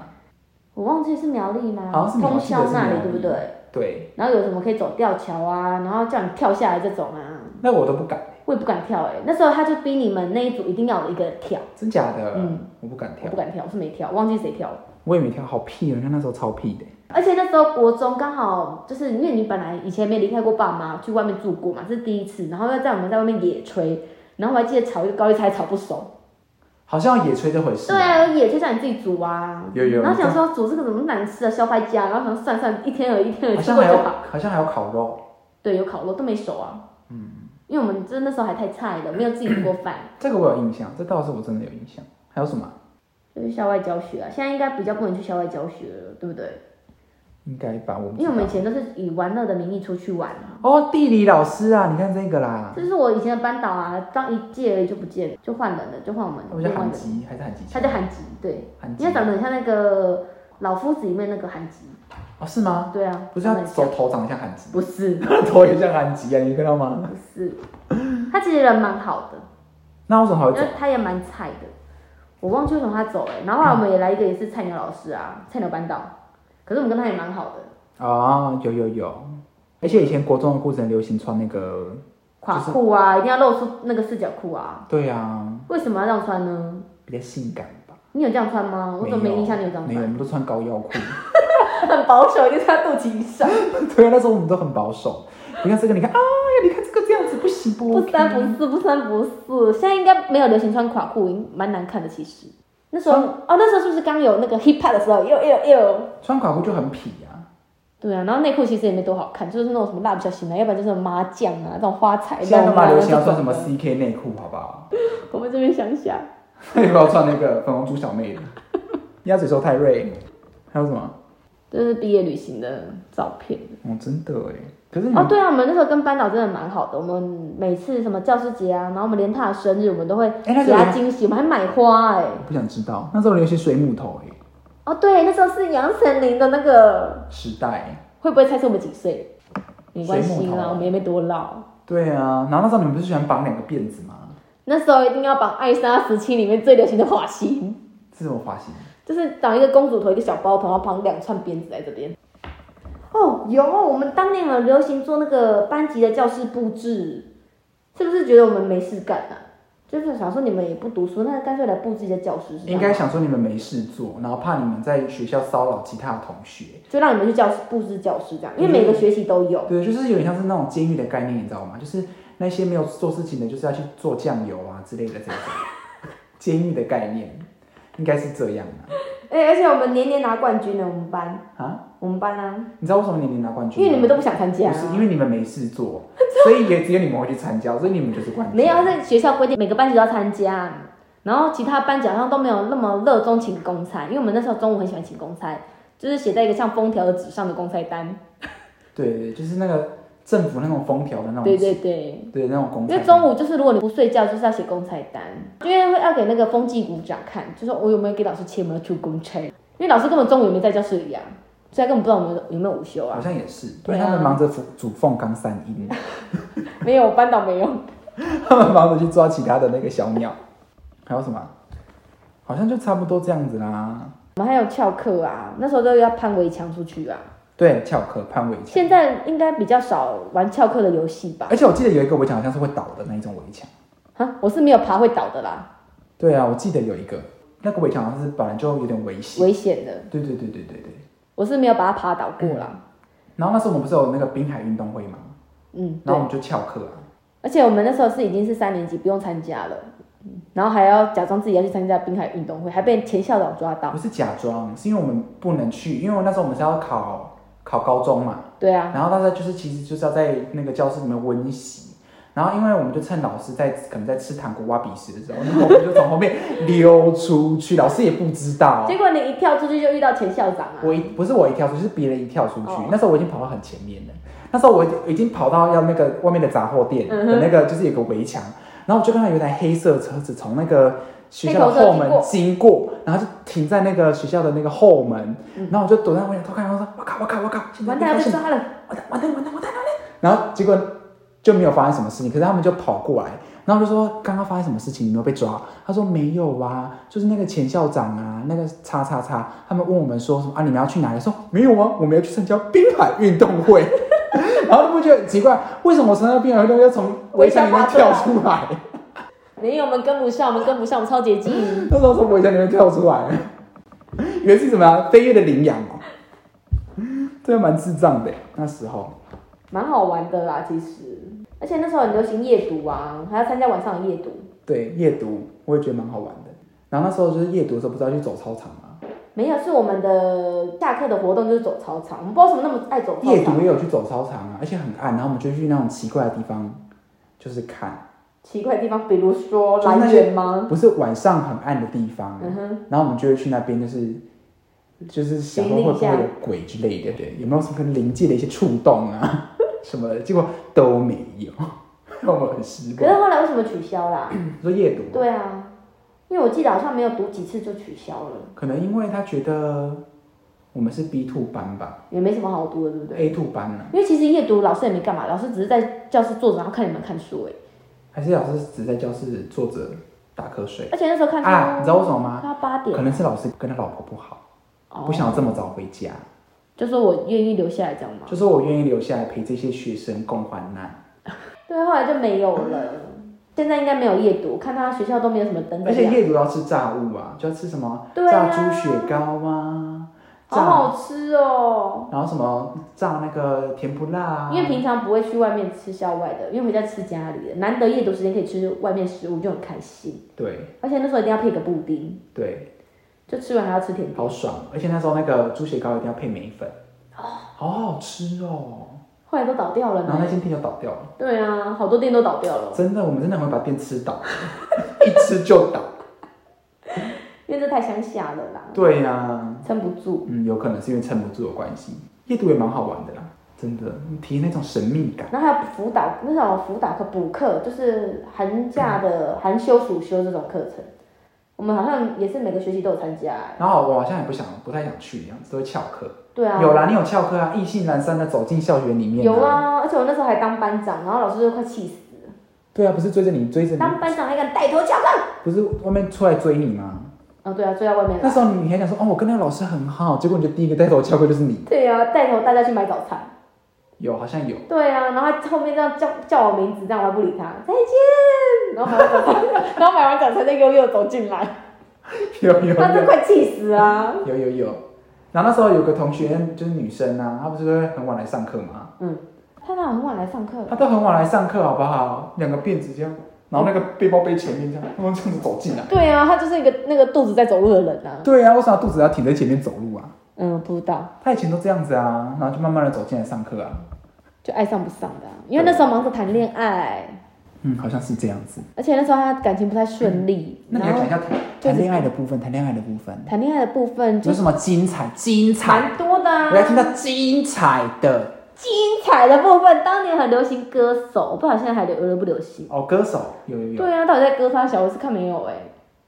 A: 我忘记是苗栗吗？
B: 好像是苗栗
A: 通宵那
B: 记得是苗
A: 里
B: 栗
A: 对不对？
B: 对，
A: 然后有什么可以走吊桥啊，然后叫你跳下来这种啊，
B: 那我都不敢，
A: 我也不敢跳哎、那时候他就逼你们那一组一定要有一个人跳，
B: 真假的？
A: 嗯
B: 我不敢
A: 我
B: 跳
A: 不，敢跳，我是没跳，忘记谁跳了。
B: 我也没跳，好屁哦！你看那时候超屁的。
A: 而且那时候国中刚好就是因为你本来以前没离开过爸妈，去外面住过嘛，这是第一次，然后要在我们在外面野炊，然后我还记得炒一个高丽菜炒不熟，
B: 好像有野炊这回事。
A: 对啊，有野炊叫你自己煮啊，
B: 有有
A: 然后想说煮这个怎么难吃啊，消败家，然后想算算一天而已，一天而已
B: 好
A: 吃
B: 像
A: 过
B: 还
A: 就
B: 有
A: 好，
B: 好像还有烤肉，
A: 对，有烤肉都没熟啊，嗯，因为我们真的那时候还太菜 了，没有自己煮过饭，
B: 这个我有印象，这倒是我真的有印象。还有什么啊？
A: 就是校外教学啊，现在应该比较不能去校外教学了，对不对？
B: 应该吧，我不
A: 嗯因
B: 知
A: 为我们以
B: 道。
A: 前都是以玩乐的名义出去玩啊。
B: 哦，地理老师啊，你看这个啦，
A: 这是我以前的班导啊，当一届而已就不见了，就换人了，就换我们
B: 他不
A: 另
B: 叫
A: 外一
B: 韩
A: 个，
B: 吉还是韩吉？
A: 他叫韩吉，对，
B: 韩吉
A: 因为长得很像那个老夫子里面那个韩吉，
B: 哦，是吗？
A: 对啊，
B: 不是
A: 长
B: 他
A: 得很
B: 手
A: 像，
B: 头长得像韩吉，
A: 不是，
B: 他 头也像韩吉啊，你看到吗？
A: 不是，他其实人蛮好的，
B: 那为什么还会
A: 因
B: 走
A: 为？他也蛮菜的，我忘记为什么他走了、欸然后后来我们也来一个也是菜鸟老师啊，菜鸟班导，可是我们跟他也蛮好的，
B: 哦，有有有，而且以前国中的裤子很流行穿那个，
A: 垮
B: 就是
A: 裤啊，一定要露出那个四角裤啊，
B: 对啊，
A: 为什么要这样穿呢？
B: 比较性感吧。
A: 你有这样穿吗？我怎么没印象你有这样
B: 没有，我
A: 穿？
B: 们都穿高腰裤。
A: 很保守，一定穿肚脐以上。
B: 对啊，那时候我们都很保守。你看这个，你看，哎呀，你看这个这样子不行 不、
A: 不
B: OK？
A: 三不四，不三不四。现在应该没有流行穿垮裤，蛮难看的。其实那时候、哦，那时候是不是刚有那个 hip hop 的时候？又又又。
B: 穿垮裤就很痞啊。
A: 对啊，然后内裤其实也没多好看，就是那种什么蜡笔小新啊，要不然就是麻将啊，这种花彩
B: 现在
A: 乱
B: 都
A: 啊。
B: 蛮流行要穿什
A: 这种
B: 么
A: 的
B: CK 内裤，好不好？
A: 我们这边想想，
B: 那要不要穿那个粉红猪小妹的？ 鸭嘴兽泰瑞，还有什么？
A: 这是毕业旅行的照片。
B: 哦，真的哎。可是你
A: 哦
B: 们，
A: 对啊，我们那时候跟班导真的蛮好的。我们每次什么教师节啊，然后我们连他的生日，我们都会
B: 哎那
A: 给
B: 时候
A: 他
B: 连
A: 惊喜，我们还买花哎、
B: 不想知道，那时候流行水母头哎，
A: 哦，对，那时候是杨丞琳的那个
B: 时代。
A: 会不会猜出我们几岁？没关系
B: 水母头
A: 啦，
B: 啊
A: 我们也没多老。辫
B: 对啊，然后那时候你们不是喜欢绑两个辫子吗？
A: 那时候一定要绑《爱莎时期》里面最流行的发型，
B: 是什么发型？
A: 就是绑一个公主头，一个小包头，然后绑两串辫子在这边。哦，有，我们当年很流行做那个班级的教室布置，是不是觉得我们没事干啊？就是想说你们也不读书，那干脆来布置一下教室是这
B: 应
A: 样吗，
B: 该想说你们没事做，然后怕你们在学校骚扰其他的同学。
A: 就让你们去教室布置教室这样，因为
B: 嗯
A: 每个学期都有。
B: 对，就是有点像是那种监狱的概念，你知道吗？就是那些没有做事情的，就是要去做酱油啊之类的这种 监狱的概念，应该是这样
A: 哎、而且我们年年拿冠军呢，我们班，
B: 啊。啊，
A: 我们班啊，
B: 你知道为什么年年拿冠军
A: 因
B: 吗？
A: 为你们都不想参加、啊。
B: 不是因为你们没事做， 所以也只有你们会去参加，所以你们就是冠军。
A: 没有，他在学校规定每个班级都要参加，然后其他班级好像都没有那么热衷请公差，因为我们那时候中午很喜欢请公差，就是写在一个像封条的纸上的公差单。
B: 对对，就是那个政府那种封条的那种，
A: 对对对，
B: 对那种公
A: 因
B: 差。
A: 为中午就是如果你不睡觉，就是要写公差单，因为会要给那个风纪股长看，就说我有没有给老师签我们要出公差，因为老师根本中午也没在教室里啊，所以他根本不知道我们有没有午休
B: 好
A: 啊。
B: 像也是，因
A: 对啊
B: 为他们忙着煮煮凤冈三 英，
A: 没有，班导没有。
B: 他们忙着去抓其他的那个小鸟，还有什么？啊好像就差不多这样子啦。
A: 我们还有翘课啊，那时候都要攀围墙出去啊。
B: 对，翘课判围墙。
A: 现在应该比较少玩翘课的游戏吧？
B: 而且我记得有一个围墙好像是会倒的那一种围墙。
A: 啊，我是没有爬会倒的啦，
B: 对啊，我记得有一个那个围墙好像是本来就有点危险。
A: 危险的，
B: 对对对对对对。
A: 我是没有把它爬倒过啦。
B: 然后那时候我们不是有那个滨海运动会吗？
A: 嗯，对
B: 然后我。们就翘课啊。
A: 而且我们那时候是已经是三年级，不用参加了，嗯然后还要假装自己要去参加滨海运动会，还被前校长抓到
B: 不。是假装，是因为我们不能去，因为那时候我们是要考考高中嘛，
A: 对啊，
B: 然后大家就是其实就是要在那个教室里面温习。然后，因为我们就趁老师在可能在吃糖果挖鼻屎的时候，然后我们就从后面溜出去，老师也不知道。
A: 结果你一跳出去就遇到前校长啊！
B: 我一不是我一跳出去，是别人一跳出去。
A: 哦
B: 那时候我已经跑到很前面了，那时候我已经跑到要那个外面的杂货店的那个，就是有个围墙，然后我就看到有一台黑色车子从那个学校的后门经过，然后就停在那个学校的那个后门，然后我就躲在围墙偷看，然后说：“我靠，我靠，我靠！”现
A: 嗯
B: 在
A: 完蛋
B: 发
A: 要被
B: 现
A: 抓了！
B: 完蛋，完蛋，完蛋，完蛋，完蛋！然后结果就没有发生什么事情，可是他们就跑过来，然后就说刚刚发生什么事情，你有没有被抓？他说没有啊，就是那个前校长啊，那个叉叉叉，他们问我们说什么啊，你们要去哪里？说没有啊，我们要去参加滨海运动会。 然后他们觉得很奇怪，为什么我参加滨海运动会要从围墙里面跳出来？
A: 没有，我们跟不上，我们跟不上，我们超捷 径。
B: 那时候从围墙里面跳出来，以为是什么啊、飞跃的羚羊哦，这个蛮智障的那时候。
A: 蛮好玩的啦，其实。而且那时候很流行夜读啊，还要参加晚上的夜读。
B: 对，夜读我也觉得蛮好玩的。然后那时候就是夜读的时候，不是要去走操场吗？
A: 没有，是我们的下课的活动就是走操场，我们不知道为什么那么爱走操
B: 夜读
A: 场。
B: 也有去走操场啊，而且很暗，然后我们就去那种奇怪的地方，就是看，
A: 奇怪的地方，比如说
B: 就是那
A: 来
B: 些
A: 源吗？
B: 不是晚上很暗的地方，
A: 嗯哼，
B: 然后我们就会去那边，就是就是想说会不会
A: 寻
B: 有
A: 觅一
B: 鬼之类的，对，有没有什么跟灵界的一些触动啊 什么的，结果都没有，让我很失
A: 可是
B: 望。
A: 后来为什么取消啦？
B: 你说夜读，
A: 对啊，因为我记得好像没有读几次就取消了，
B: 可能因为他觉得我们是 B two 班吧
A: 也没什么好读的，对不对？
B: ，A two 班啊呢、
A: 因为其实夜读老师也没干嘛，老师只是在教室坐着，然后看你们看书而已。
B: 还是老师只在教室坐着打瞌睡？
A: 而且那时候看书，
B: 啊，你知道为什么
A: 看
B: 吗？
A: 到八点，
B: 可能是老师跟他老婆不好，
A: 哦
B: 不想要这么早回家，
A: 就说我愿意留下来这样吗？
B: 就说我愿意留下来陪这些学生共患难。
A: 对，后来就没有了。现在应该没有夜读，看他学校都没有什么灯的
B: 而且
A: 亮，
B: 夜读要吃炸物啊，就要吃什么
A: 对啊
B: 炸猪雪糕啊，
A: 好
B: 炸
A: 好吃哦。
B: 然后什么炸那个甜不辣啊。
A: 因为平常不会去外面吃校外的，因为我们在吃家里的，难得夜读时间可以吃外面食物，就很开心。
B: 对
A: 而且那时候一定要配个布丁，
B: 对，
A: 就吃完还要吃甜点。
B: 好爽！而且那时候那个猪雪糕一定要配梅粉，好好吃哦。
A: 后来都倒掉哦了
B: 然后那
A: 呢。
B: 间店就倒掉了，
A: 对啊，好多店都倒掉了，
B: 真的，我们真的很会把店吃倒， 一吃就倒。
A: 因为这太乡下了啦，
B: 对呀、
A: 撑不住。
B: 嗯，有可能是因为撑不住的关系。夜读也蛮好玩的啦，真的，体验那种神秘感。
A: 然后还有辅导，那时候辅导课补课，就是寒假的
B: 嗯
A: 寒休、暑休这种课程，我们好像也是每个学期都有参加、欸。
B: 然后我好像也不想，不太想去的样子，都会翘课。
A: 对啊，
B: 有啦，你有翘课啊，意兴阑珊的走进校园里面、
A: 有。啊，而且我那时候还当班长，然后老师就快气死了。
B: 对啊，不是追着你，追着你，
A: 当班长还敢带头翘课？
B: 不是外面出来追你吗？
A: 哦，对啊，追到外面
B: 那
A: 来。
B: 时候你还想说，哦，我跟那个老师很好，结果你就第一个带头翘课就是你。
A: 对啊，带头大家去买早餐。
B: 有，好像有。
A: 对啊，然后他后面这样叫叫我名字，这样我还不理他，再见。然后买完早餐，然后买完早餐再悠悠走进来，
B: 有有
A: 他 真
B: 有
A: 快气死啊！
B: 有有有。然后那时候有个同学就是女生啊，她不是会很晚来上课吗？
A: 他那很晚来上课，
B: 他都很晚来上课，好不好？两个辫子这样，然后那个背包背前面这样，然后这样子走进来。
A: 对啊，他就是一个那个肚子在走路的人啊。
B: 对啊，为什么他肚子要挺在前面走路啊？
A: 嗯，不知道。
B: 他以前都这样子啊，然后就慢慢的走进来上课啊。
A: 就爱上不上的啊、因为那时候忙着谈恋爱，
B: 嗯，好像是这样子。
A: 而且那时候他感情不太顺利，
B: 嗯那你要
A: 然
B: 讲一
A: 后
B: 下谈谈恋爱的部分，谈恋爱的部分
A: 谈恋爱的部分就
B: 有
A: 是
B: 什么精彩？精彩！
A: 蛮多的、啊
B: 我。要听到精彩的
A: 精彩的部分，当年很流行歌手，我不知道现在还流流不流行。
B: 哦，歌手有有有，
A: 对啊，到底在歌啥小？我是看没有哎、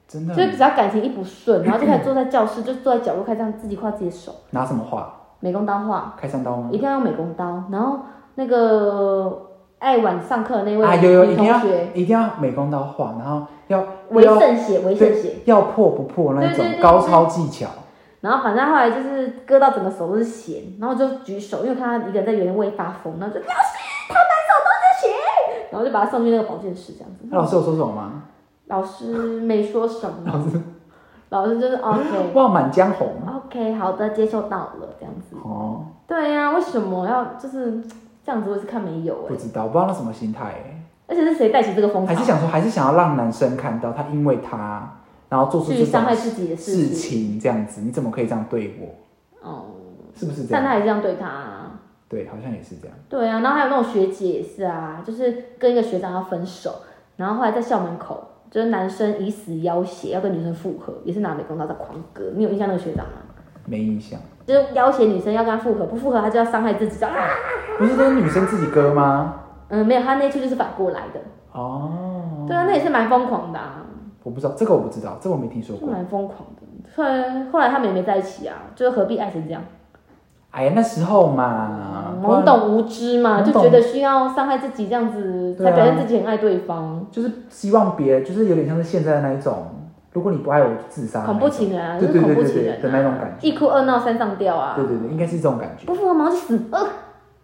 B: 真的
A: 所以只要感情一不 顺，然后就开始坐在教室，就坐在角落开始这样自己画自己的手，
B: 拿什么画？
A: 美工刀画，
B: 开山刀吗
A: 一？定要用美工刀。然后那个爱晚上课的那位
B: 啊，有有，
A: 女
B: 一定
A: 同
B: 要
A: 学，
B: 一定要美工刀画，然后要
A: 为
B: 要
A: 胜写，为胜写。
B: 要破不破那
A: 对对
B: 种
A: 对
B: 高超技巧。
A: 然后反正后来就是割到整个手都是血，然后我就举手，因为我看他一个人在原位发疯，然后就老师，他满手都是血，然后就把他送去那个保健室这样子。
B: 那老师有说什么吗？
A: 老师没说什么，
B: 老师，
A: 老师就是 OK
B: 哇，《满江红
A: OK 好的，接受到了这样子》。
B: 哦，
A: 对呀、为什么要就是这样子？我也是看没有哎、
B: 不知道，不知道那什么心态欸，
A: 而且是谁带起这个风
B: 还是
A: 潮
B: 想说，还是想要让男生看到他，因为他然后做出
A: 去
B: 这
A: 伤害
B: 种
A: 自己的
B: 事
A: 情？
B: 情这样子，你怎么可以这样对我？
A: 哦、
B: 是不是这
A: 但
B: 样？
A: 他也这样对他、啊。
B: 对，好像也是这样。
A: 对啊，然后还有那种学姐也是啊，就是跟一个学长要分手，然后后来在校门口，就是男生以死要挟要跟女生复合，也是拿美工刀在狂割。你有印象那个学长吗？
B: 没印象，
A: 就是要挟女生要跟他复合，不复合他就要伤害自己，这样啊。
B: 不是都是女生自己割吗？
A: 嗯，没有，他那一出就是反过来的。
B: 哦，
A: 对啊，那也是蛮疯狂的啊，
B: 我不知道这个，我不知道这个我没听说
A: 就
B: 过。
A: 蛮疯狂的。后来后来他们也没在一起啊，就是何必爱成这样？
B: 哎呀，那时候嘛，不
A: 懵
B: 然
A: 懂无知嘛，
B: 啊懵
A: 就
B: 懂
A: 觉得需要伤害自己这样子，
B: 对啊啊
A: 才表现自己很爱对方。
B: 就是希望别人，就是有点像是现在的那一种，如果你不爱我就自杀，
A: 恐怖情人啊，就
B: 对
A: 是
B: 对
A: 恐
B: 对
A: 怖
B: 对
A: 情
B: 对
A: 人啊
B: 的那种感觉。
A: 一哭二闹三上吊啊。
B: 对对对，应该是这种感觉
A: 不，服我毛就死。呃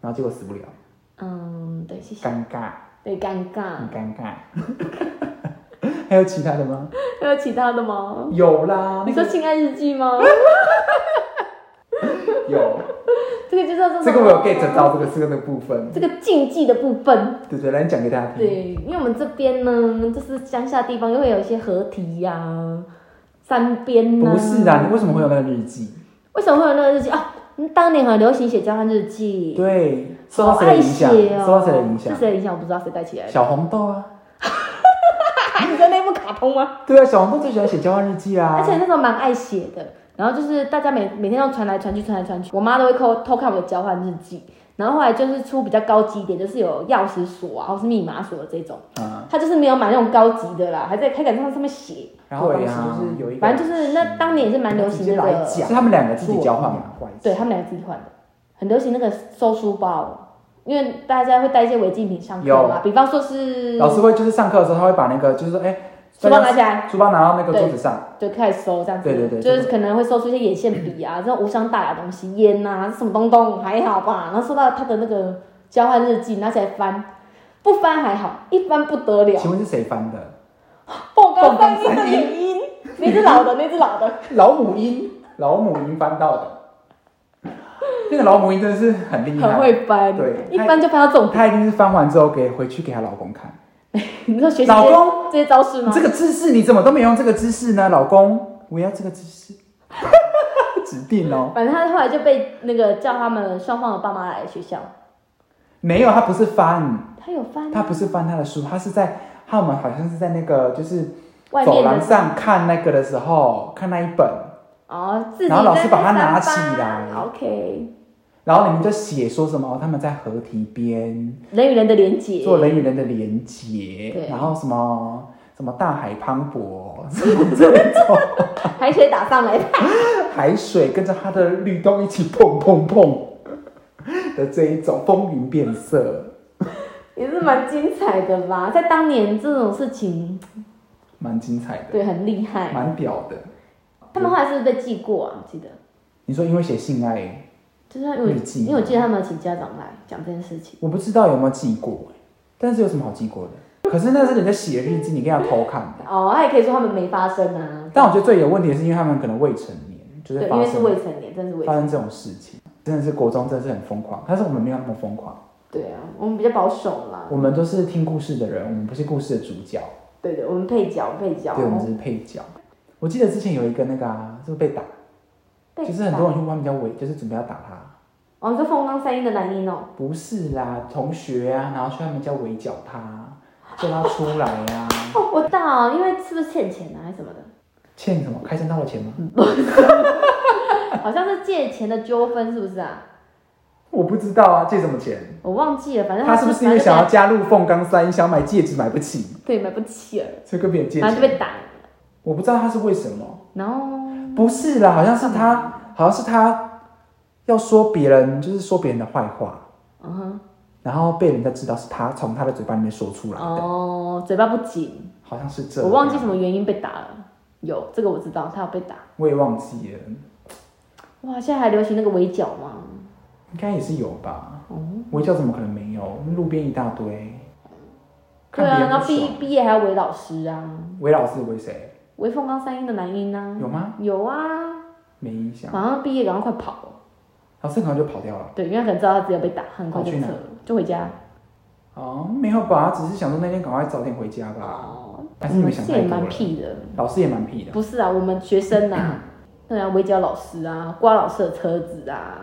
B: 然后结果死不了，
A: 嗯，对，谢谢。
B: 尴尬，嗯
A: 对，尴尬
B: 很。尴尬。 还有其他的吗？
A: 还有其他的吗？
B: 有啦，
A: 你说
B: 那
A: 《
B: 个嗯
A: 性爱日记》吗？
B: 有，
A: 这个就叫做
B: 这个我有 get 到嗯这个这个的部分，
A: 这个禁忌的部分。
B: 对对，来你讲给大家听。
A: 对，因为我们这边呢，就是乡下地方，又会有一些河堤呀、山边呐、
B: 不是啊，你为什么会有那个日记？
A: 为什么会有那个日记啊？当年很流行写交换日记，
B: 对，受
A: 好
B: 到谁的
A: 爱
B: 影响？
A: 写哦。
B: 受到谁的影响
A: 是？谁的影响？我不知道谁带起来的。
B: 小红豆啊，
A: 你说那部卡通吗？
B: 对啊，小红豆最喜欢写交换日记啊。
A: 而且那时候蛮爱写的，然后就是大家每每天都传来传去，传来传去，我妈都会偷偷看我的交换日记。然后后来就是出比较高级一点，就是有钥匙锁啊，或是密码锁的这种，
B: 啊，
A: 她就是没有买那种高级的啦，还在开杆上上面写。
B: 然后当
D: 对
B: 时
D: 啊
B: 就是有一个，
A: 反正就是那当年也是蛮流行
D: 直接
A: 那
D: 来
A: 个，
D: 讲
B: 是他们两个自己交换嘛？
A: 对他们俩自己换的，很流行那个收书包，因为大家会带一些违禁品上课嘛，比方说是
B: 老师会就是上课的时候，他会把那个就是说，哎，
A: 书包拿起来
B: 书包拿到那个桌子上，
A: 就开始收这样子，
B: 对对对
A: 就是可能会搜出一些眼线笔啊，这种无伤大雅的东西，烟呐、啊，什么东东还好吧。然后收到他的那个交换日记，拿起来翻，不翻还好，一翻不得了，
B: 请问是谁翻的？
A: 凤刚三音的原 因，那只老的，那只老的，
B: 老母鹰，老母鹰翻到的。那个老母鹰真的是很厉
A: 很
B: 害，
A: 会翻，
B: 嗯对
A: 一翻就翻到重点。
B: 她一定是翻完之后给回去给她老公看，
A: 你说学习
B: 老
A: 这些
B: 公
A: 这些招式吗？
B: 这个姿势你怎么都没用这个姿势呢？老公，我要这个姿势， 指定哦。
A: 反正他后来就被那个叫他们双方的爸妈来学校，
B: 没有，他不是翻，
A: 他有翻、啊，
B: 他不是翻他的书，他是在他们好像是在那个就是
A: 外
B: 走
A: 面的
B: 廊上看那个的时候，看那一本，
A: 哦，自己
B: 然后老
A: 在
B: 师
A: 那
B: 把它
A: 边
B: 拿
A: 翻
B: 起
A: 吧
B: 来
A: ，OK，
B: 然后你们就写说什么、哦、他们在河堤边
A: 人与人的连接，
B: 做人与人的连
A: 对
B: 接，然后什么什么大海磅礴，什么这种
A: 海水打上来，
B: 海水跟着它的律动一起砰砰砰的这一种风云变色，
A: 也是蛮精彩的啦。在当年这种事情，
B: 蛮精彩的，
A: 对，很厉害。
B: 蛮屌的。
A: 他们后来是不是被记过啊？我记得，
B: 你说因为写性爱，
A: 就是因为
B: 被记
A: 因为我记得他们有请家长来讲这件事情。
B: 我不知道有没有记过、但是有什么好记过的？可是那是人家写日记，你跟人家偷看的。
A: 哦，他也可以说他们没发生啊。
B: 但我觉得最有问题的是，因为他们可能未成年，就是
A: 对，因
B: 发
A: 为是
B: 生
A: 未成年，真的是未
B: 发
A: 成年。
B: 生这种事情，真的是国中真的是很疯狂，但是我们没有那么疯狂，
A: 对啊，我们比较保守啦。
B: 我们都是听故事的人，我们不是故事的主角，
A: 对对，我们配角，配角。
B: 对，我们只是配角。我记得之前有一个那个啊，就是被打，
A: 被
B: 就是很多人去外面叫围，就是准备要打他，
A: 哦，你说凤冈三英的男一哦，
B: 不是啦，同学啊，然后去外面叫围剿他，叫他出来啊，
A: 哦，我知道，因为是不是欠钱啊，还是什么的？
B: 欠什么？开山道的钱吗？
A: 嗯好像是借钱的纠纷，是不是啊？
B: 我不知道啊，借什么钱？
A: 我忘记了，反正
B: 他是不是因为想要
A: 反正
B: 加入凤冈三，想买戒指买不起，
A: 被对买不起了，
B: 所以跟别人借
A: 然后就
B: 钱？
A: 被打了，
B: 我不知道他是为什么。
A: 然后。
B: 不是啦，好像是
A: 嗯
B: 他，好像是他要说别人，就是说别人的坏话，
A: 嗯哼，
B: 然后被人家知道是他从他的嘴巴里面说出来的，
A: 哦，嘴巴不紧，
B: 好像是这
A: 我
B: 样
A: 忘记什么原因被打了。有这个我知道，他有被打。
B: 我也忘记了。
A: 哇，现在还流行那个围剿吗？
B: 应该也是有吧。围剿怎么可能没有？路边一大堆。
A: 对
B: 看别
A: 啊，
B: 人
A: 然
B: 不
A: 后毕
B: 爽。
A: 毕业还要围老师啊，
B: 韦老师围谁？
A: 围凤冈三音的男音啊，
B: 有吗？
A: 有啊，
B: 没印象。
A: 马上毕业赶快快跑哦，
B: 老师可能就跑掉了。
A: 对，因为他可能知道他自己要被打，很快就
B: 跑去
A: 撤
B: 哪
A: 了，就回家。
B: 哦，没有吧，只是想说那天赶快早点回家吧。
A: 哦，
B: 啊还是你们想
A: 这
B: 太
A: 也
B: 多
A: 蛮
B: 了。
A: 屁的，
B: 老师也蛮屁的。
A: 不是啊，我们学生啊， 对啊，围剿老师啊，刮老师的车子啊，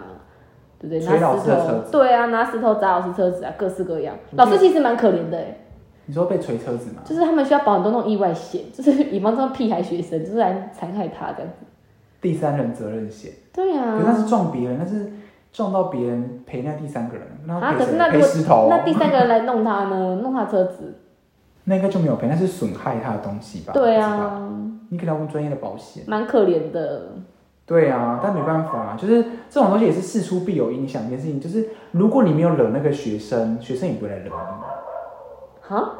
A: 对不对？
B: 捶老
A: 拿
B: 师
A: 石
B: 的车嗯
A: 头，对啊，拿石头砸老师车子啊，各式各样。老师其实蛮可怜的、欸，
B: 你说被锤车子吗？
A: 就是他们需要保很多那种意外险， 就是以防这种屁孩学生就是来残害他这样子。
B: 第三人责任险，
A: 对
B: 可是那
A: 啊，
B: 是撞别人，那是撞到别人赔那第三个人，那
A: 啊，
B: 赔
A: 可
B: 谁？
A: 是那如
B: 赔
A: 果
B: 石头
A: 那，第三个人来弄他呢，弄他车子，
B: 那应该就没有赔，那是损害他的东西吧？
A: 对
B: 不知道，
A: 啊，
B: 你可能要问专业的保险。
A: 蛮可怜的。
B: 对啊，但没办法、就是这种东西也是事出必有因。想一件事情，就是如果你没有惹那个学生，学生也不会来惹你。
A: 哈，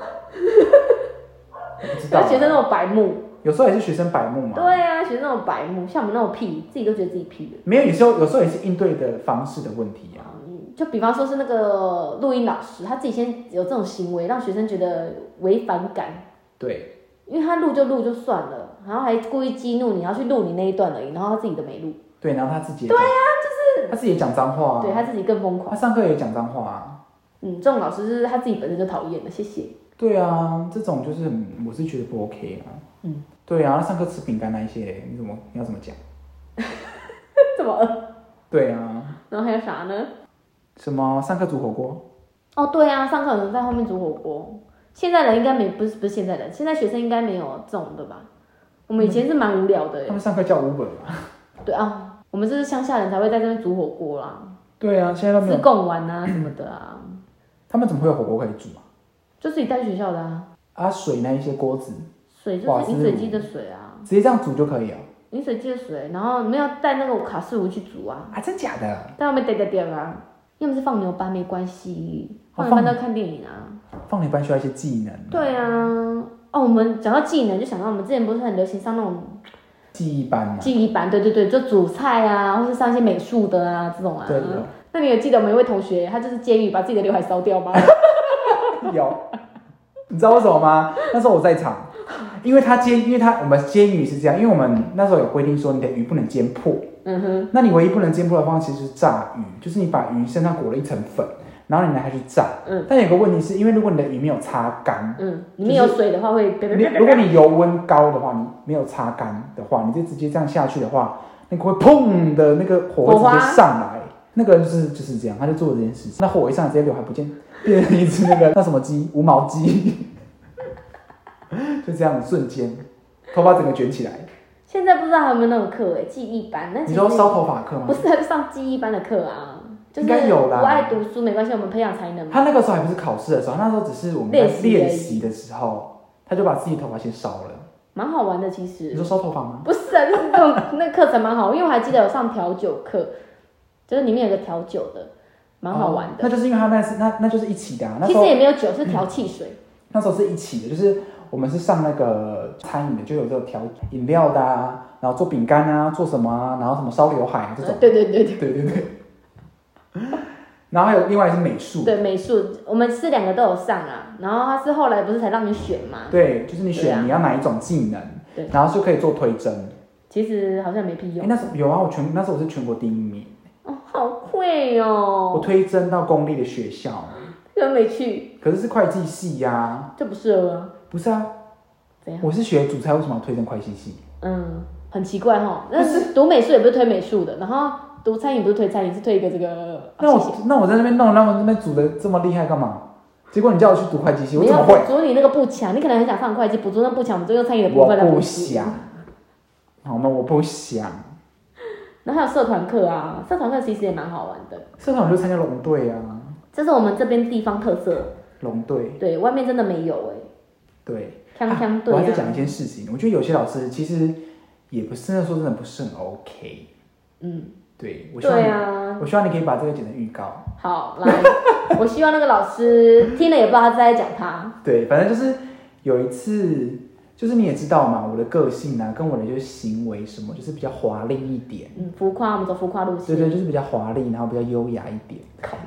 B: 我不知道啊
A: 不要学生那种白目，
B: 有时候也是学生白目嘛。
A: 对啊，学生那种白目，像我们那种屁，自己都觉得自己屁了。
B: 没有，有时候有时候也是应对的方式的问题啊。
A: 就比方说是那个录音老师，他自己先有这种行为，让学生觉得违反感，
B: 对，
A: 因为他录就录就算了，然后还故意激怒你，然后去录你那一段而已，然后他自己都没录，
B: 对，然后他自己也对啊，就是他自己也讲脏话、啊，
A: 对他自己更疯
B: 他
A: 狂。
B: 上课也讲脏话、啊。
A: 嗯，这种老师是他自己本身就讨厌的，谢谢。
B: 对啊，这种就是很我是觉得不 OK 啊。
A: 嗯，
B: 对啊，上课吃饼干那一些，你怎么你要怎么讲？
A: 这么饿，
B: 对啊，
A: 然后还有啥呢？
B: 什么上课煮火锅？
A: 哦，对啊，上课有人在后面煮火锅，现在人应该没不是不是现在人，现在学生应该没有这种的吧？我们以前是蛮无聊的
B: 他
A: 耶、
B: 们上课叫 Uber 啊。
A: 对啊，我们这是乡下人才会在这边煮火锅啦，
B: 对啊，现在都没
A: 自
B: 有，
A: 贡玩啊什么的啊。
B: 他们怎么会有火锅可以煮啊？
A: 就自己带去学校的啊，
B: 啊，水那一些锅子
A: 水就
B: 瓦
A: 是
B: 斯
A: 饮水机
B: 炉
A: 的水啊，
B: 直接这样煮就可以了
A: 饮水机的水，然后没有带那个卡式炉去煮啊，
B: 啊？真假的？
A: 在外面点点点啊，要么是放牛班没关系，
B: 哦
A: 放牛班
B: 放嗯
A: 在看电影啊，
B: 放你班需要一些技能，
A: 对啊，哦，我们讲到技能就想到我们之前不是很流行上那种
B: 记忆班啊。
A: 记忆班，对对对，就煮菜啊，或是上一些美术的啊这种啊。
B: 对的，
A: 那你有记得我们一位同学，他就是监狱把自己的刘海烧掉吗？
B: 有。你知道为什么吗？那时候我在场，因为他煎，因为他我们煎鱼是这样，因为我们那时候有规定说你的鱼不能煎破，
A: 嗯哼，
B: 那你唯一不能煎破的方式其实是炸鱼，就是你把鱼身上裹了一层粉，然后你拿它去炸。
A: 嗯
B: 但有个问题是因为如果你的鱼没有擦干，
A: 嗯，里面有水的话会别别
B: 你
A: 别别
B: 如果你油温高的话，你没有擦干的话，你就直接这样下去的话，那个会砰的那个火
A: 火花
B: 会直接上来。那个人就是就是这样，他就做了这件事情。那火一上来，直接刘海不见，变成一只那个那什么鸡，无毛鸡， 就这样瞬间，头发整个卷起来。
A: 现在不知道还有没有那种课哎、记忆班，那其
B: 你
A: 实
B: 说烧头发课吗
A: 不？是还上记忆班的课啊，就是
B: 应该有啦
A: 不爱读书没关系，我们培养才能嘛。
B: 他那个时候还不是考试的时候，他那时候只是我们在
A: 练习而已
B: 练习的时候，他就把自己头发先烧了。
A: 蛮好玩的其
B: 你
A: 实。
B: 说烧头发吗？
A: 不是啊，就是那种那课程蛮好，因为我还记得有上调酒课，就是里面有个调酒的，蛮好玩
B: 哦
A: 的。
B: 那就是因为他那是那那就是一起的、啊，那
A: 其
B: 时
A: 实
B: 候
A: 也没有酒，是调汽水。
B: 那时候是一起的，就是我们是上那个餐饮的，就有这个调饮料的啊，然后做饼干啊，做什么啊，然后什么烧刘海啊这种
A: 呃。对对对对
B: 对对对。然后还有另外是美术，
A: 对，美术我们是两个都有上啊，然后他是后来不是才让你选嘛？
B: 对，就是
A: 对
B: 你选
A: 啊
B: 你要哪一种技能，
A: 对
B: 然后就可以做推甄。
A: 其实好像没屁
B: 哎、
A: 用
B: 那时候有啊，我全那时候我是全国第一名，
A: 哦，好贵
B: 我
A: 哦，
B: 推甄到公立的学校。
A: 根本没去，
B: 可是是会计系呀、啊，
A: 就不适合啊。
B: 不是啊？
A: 怎样？
B: 我是学主菜，为什么要推荐会计系？
A: 嗯，很奇怪哈。但是读美术也不是推美术的，然后读餐饮不是推餐饮，是推一个这个。
B: 那
A: 啊谢
B: 我那我在那边弄，那我那边煮的这么厉害干嘛？结果你叫我去读会计系，
A: 谢
B: 我
A: 你
B: 怎
A: 要
B: 么
A: 补
B: 会？
A: 足你那个步强，你可能很想上会计，补足那步强，我们就用餐饮的部分来
B: 我
A: 补
B: 不
A: 足。
B: 想，好吗？我不想。
A: 然后还有社团课啊，社团课其实也蛮好玩的，
B: 社团我就参加龙队啊，
A: 这是我们这边地方特色，
B: 龙队
A: 对外面真的没有哎、
B: 对。
A: 欸，锵锵队
B: 我
A: 啊。
B: 还在讲一件事情，我觉得有些老师其实也不是，真的说真的不是很 OK。
A: 嗯，
B: 对，我希望
A: 对
B: 你，
A: 啊，
B: 我希望你可以把这个剪成预告。
A: 好，来， 我希望那个老师听了也不知道他在讲他。
B: 对，反正就是有一次，就是你也知道嘛，我的个性啊，跟我的就是行为什么，就是比较华丽一点，
A: 嗯，浮夸，我们走浮夸路线，
B: 对对，就是比较华丽，然后比较优雅一点，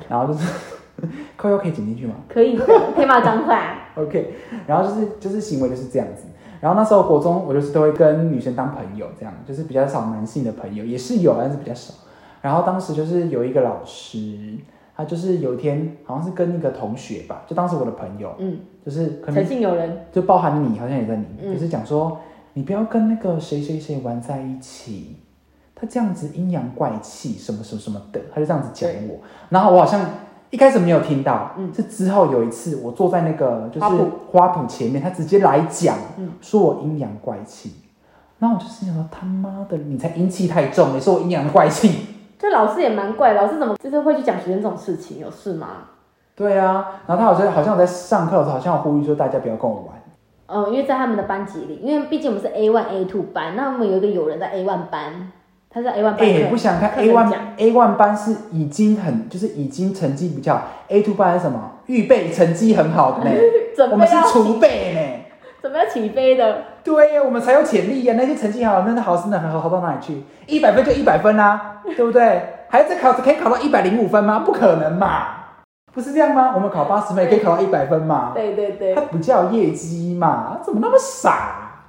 B: 然后就是 扣腰可以剪进去吗？
A: 可以的，可以骂脏话。
B: OK，然后就是就是行为就是这样子。然后那时候国中我就是都会跟女生当朋友，这样就是比较少男性的朋友也是有，但是比较少。然后当时就是有一个老师，他就是有一天好像是跟一个同学吧，就当时我的朋友，
A: 嗯，
B: 就是可
A: 诚
B: 能
A: 信有人，
B: 就包含你好像也在你，
A: 嗯
B: 就是讲说你不要跟那个谁谁谁玩在一起，他这样子阴阳怪气什么什么什么的，他就这样子讲我，然后我好像一开始没有听到，
A: 嗯
B: 是之后有一次我坐在那个就是
A: 花圃
B: 花圃前面，他直接来讲，
A: 嗯
B: 说我阴阳怪气。然后我就心想说他妈的，你才阴气太重，你说我阴阳怪气，
A: 这老师也蛮怪，老师怎么就是会去讲学生这种事情，有事吗？
B: 对啊。然后他好像好像我在上课的时候，好像有呼吁说大家不要跟我玩，
A: 嗯，因为在他们的班级里，因为毕竟我们是 A one A two 班，那我们有一个友人在 A one 班，他在 A one 班
B: 哎、
A: 课
B: 不想看
A: 课
B: A
A: 程
B: one
A: 讲
B: A one 班是已经很就是已经成绩比较好 A two 班是什么？预备成绩很好的呢，
A: 准备哦
B: 我们是
A: 要
B: 储备呢。
A: 准备要起飞的，
B: 对呀，我们才有潜力呀、那些成绩好，那个好是能好好到哪里去？一百分就一百 分啦、对不对？还在考可以考到一百零五分吗？不可能嘛，不是这样吗？我们考八十分也可以考到一百分嘛，
A: 对对对
B: 它，不叫业绩嘛，怎么那 么傻？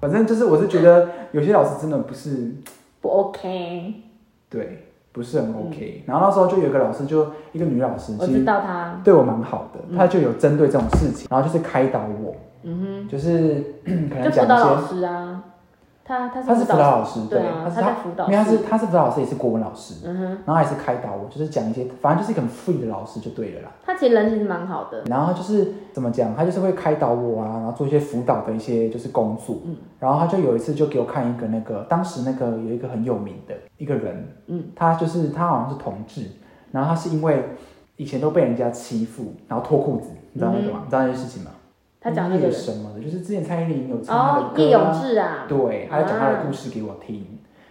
B: 反正就是，我是觉得有些老师真的不是
A: 不 OK，
B: 对，不是
A: 嗯
B: 很 OK、然后那时候就有一个老师，就一个女老师，
A: 我
B: 其
A: 知
B: 实
A: 道他，
B: 对我蛮好的，她就有针对这种事情，然后就是开导我，
A: 嗯
B: 就是 可
A: 哼，
B: 能
A: 就辅
B: 讲一
A: 导老
B: 些。
A: 师啊，他他
B: 她是
A: 是
B: 辅导老师，
A: 对啊，
B: 她
A: 他
B: 是
A: 在辅导
B: 没有，她是
A: 室，
B: 她是辅导老师，也是国文老师，
A: 嗯哼，
B: 然后也是开导我，就是讲一些，反正就是一个很 free 的老师就对了啦。
A: 他其实人其实蛮好的，
B: 然后就是怎么讲，他就是会开导我啊，然后做一些辅导的一些就是工作。
A: 嗯
B: 然后他就有一次就给我看一个那个，当时那个有一个很有名的一个人，
A: 嗯，
B: 他就是他好像是同志，然后他是因为以前都被人家欺负，然后脱裤子，你知道那个吗？你知道那件事情吗？
A: 嗯他讲那个
B: 夜
A: 人
B: 什么的，就是之前蔡依林有唱他的
A: 哦，
B: 歌、啊，
A: 叶永志啊，
B: 对，他就讲他的故事给我听，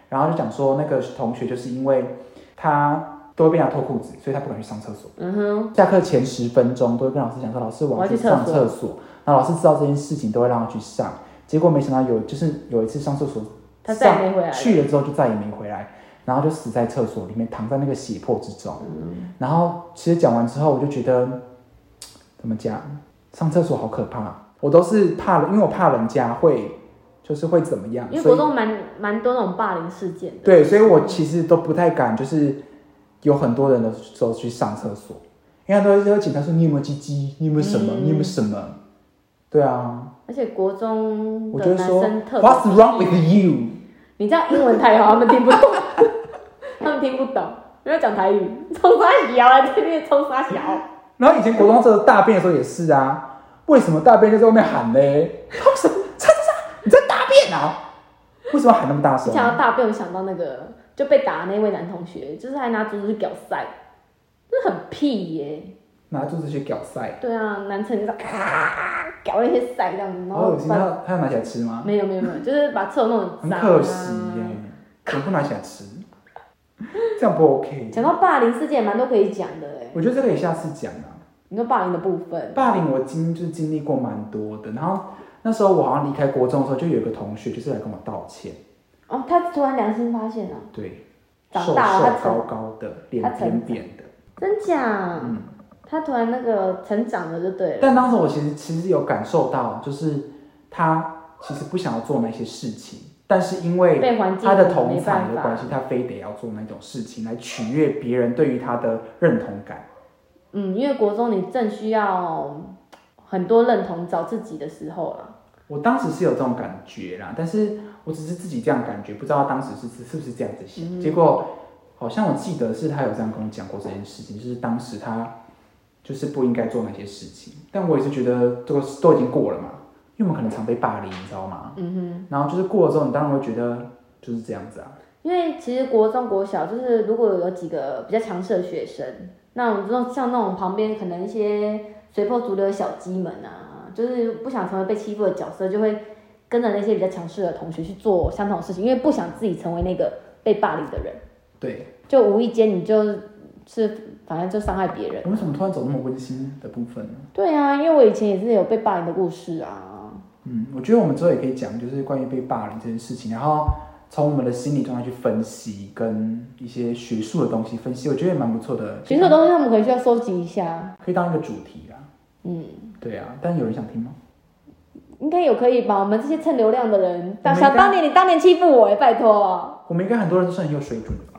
B: 然后就讲说那个同学就是因为他都会被人家脱裤子，所以他不敢去上厕所。
A: 嗯哼，
B: 下课前十分钟都会跟老师讲说，老师我
A: 我
B: 要
A: 要
B: 去
A: 去
B: 上
A: 厕
B: 厕所。然后老师知道这件事情，都会让他去上。结果没想到有就是有一次上厕所，
A: 他再也没回来了
B: 上去了之后就再也没回来，然后就死在厕所里面，躺在那个血泊之中。
A: 嗯
B: 然后其实讲完之后，我就觉得嗯怎么讲，上厕所好可怕。我都是怕了，因为我怕人家会就是会怎么样，
A: 因为
B: 所以
A: 国中蛮蛮多那种霸凌事件的，
B: 对，所以我其实都不太敢，就是有很多人的时候去上厕所，因为很多人都会警察说你有没有鸡鸡，你有没有什么，
A: 嗯
B: 你有没有什么？对啊，
A: 而且国中
B: 我
A: 的
B: 就会
A: 男
B: 说
A: 生特
B: What's wrong with you？
A: 你这样英文太好，他们听不懂， 他们听不懂，因为讲台语，冲沙小啊，这边冲沙小，
B: 然后以前国中时候大便的时候也是啊，为什么大便就在外面喊呢？他们什么？叉叉叉，你在大便啊？为什么喊那么大
A: 你
B: 声？
A: 想到大便，我想到那个就被打的那位男同学，就是还拿竹子去屌塞，这很屁耶、
B: 拿柱子去屌塞，
A: 对啊，男生就是啊，屌那些塞这样子，然
B: 好
A: 后
B: 恶心！
A: 把、嗯
B: 他他要拿起来吃吗？
A: 没有没有没有，就是把厕所弄得很
B: 很
A: 脏、啊。
B: 可惜耶，怎么不拿起来吃？这样不 OK。
A: 讲到霸凌事件，蛮多可以讲的哎、
B: 我觉得这个也下次讲啊。
A: 你说霸凌的部分，
B: 霸凌我经就是经历过蛮多的，然后那时候我好像离开国中的时候，就有一个同学就是来跟我道歉，
A: 哦，他突然良心发现了、
B: 对，
A: 长
B: 瘦瘦
A: 大了他
B: 高
A: 成
B: 高的，脸
A: 他成
B: 扁扁的。
A: 真假？
B: 嗯
A: 他突然那个成长了，就对了。
B: 但当时我其实其实有感受到，就是他其实不想要做那些事情，但是因为
A: 被环境
B: 他的同
A: 没
B: 才
A: 办
B: 的
A: 法
B: 关系，他非得要做那种事情来取悦别人对于他的认同感。
A: 嗯，因为国中你正需要很多认同找自己的时候啊啦。
B: 我当时是有这种感觉啦，但是我只是自己这样感觉，不知道当时是是是不是这样子想。结果好像我记得是他有这样跟我讲过这件事情，就是当时他就是不应该做那些事情，但我也是觉得都都已经过了嘛，因为我们可能常被霸凌，你知道吗？
A: 嗯
B: 然后就是过了之后，你当然会觉得就是这样子啊，
A: 哼，因为其实国中、国小就是如果有几个比较强势的学生，那我们这种像那种旁边可能一些随波逐流的小鸡们啊，就是不想成为被欺负的角色，就会跟着那些比较强势的同学去做相同的事情，因为不想自己成为那个被霸凌的人。
B: 对
A: 就无意间你就是反正就伤害别人。
B: 我们怎么突然走那么温馨的部分呢？
A: 对啊，因为我以前也是有被霸凌的故事啊。
B: 嗯，我觉得我们之后也可以讲，就是关于被霸凌这件事情，然后从我们的心理状态去分析，跟一些学术的东西分析，我觉得也蛮不错的，
A: 其实这东西他们可以需要收集一下，
B: 可以当一个主题啦。嗯，对啊，但有人想听吗？
A: 应该有可以吧？我们这些蹭流量的人，
B: 我
A: 大
B: 们
A: 想
B: 应该
A: 当年你当年欺负我哎、拜托。
B: 我们应该很多人都是很有水准的吧？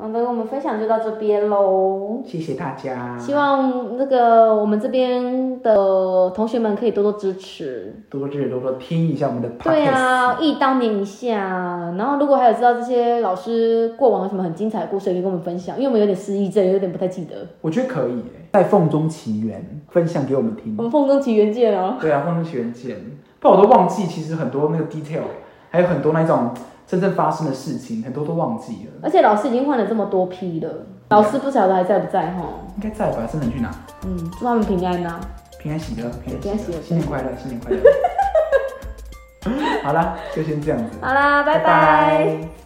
A: 好的，我们分享就到这边喽。
B: 谢谢大家，
A: 希望那个我们这边的同学们可以多多支持。
B: 多多支持，多多听一下我们的 podcast。
A: 对啊，忆当年一下。然后如果还有知道这些老师过往有什么很精彩的故事，也可以跟我们分享，因为我们有点失忆症，有点不太记得。
B: 我觉得可以耶，在缝中奇缘分享给我们听
A: 我。们风中奇缘见哦。
B: 对啊，缝中奇缘见，不然我都忘记，其实很多那个 detail，还有很多那种真正发生的事情，很多都忘记了。
A: 而且老师已经换了这么多批了，老师不晓得还在不在哈。
B: 应该在吧？真的去哪？
A: 嗯，祝他们平安呐、
B: 平安喜乐，平
A: 平安
B: 安
A: 喜
B: 喜乐，
A: 乐
B: 新年快乐， 新年快乐。好啦，就先这样子，
A: 好啦，拜拜。
B: 拜拜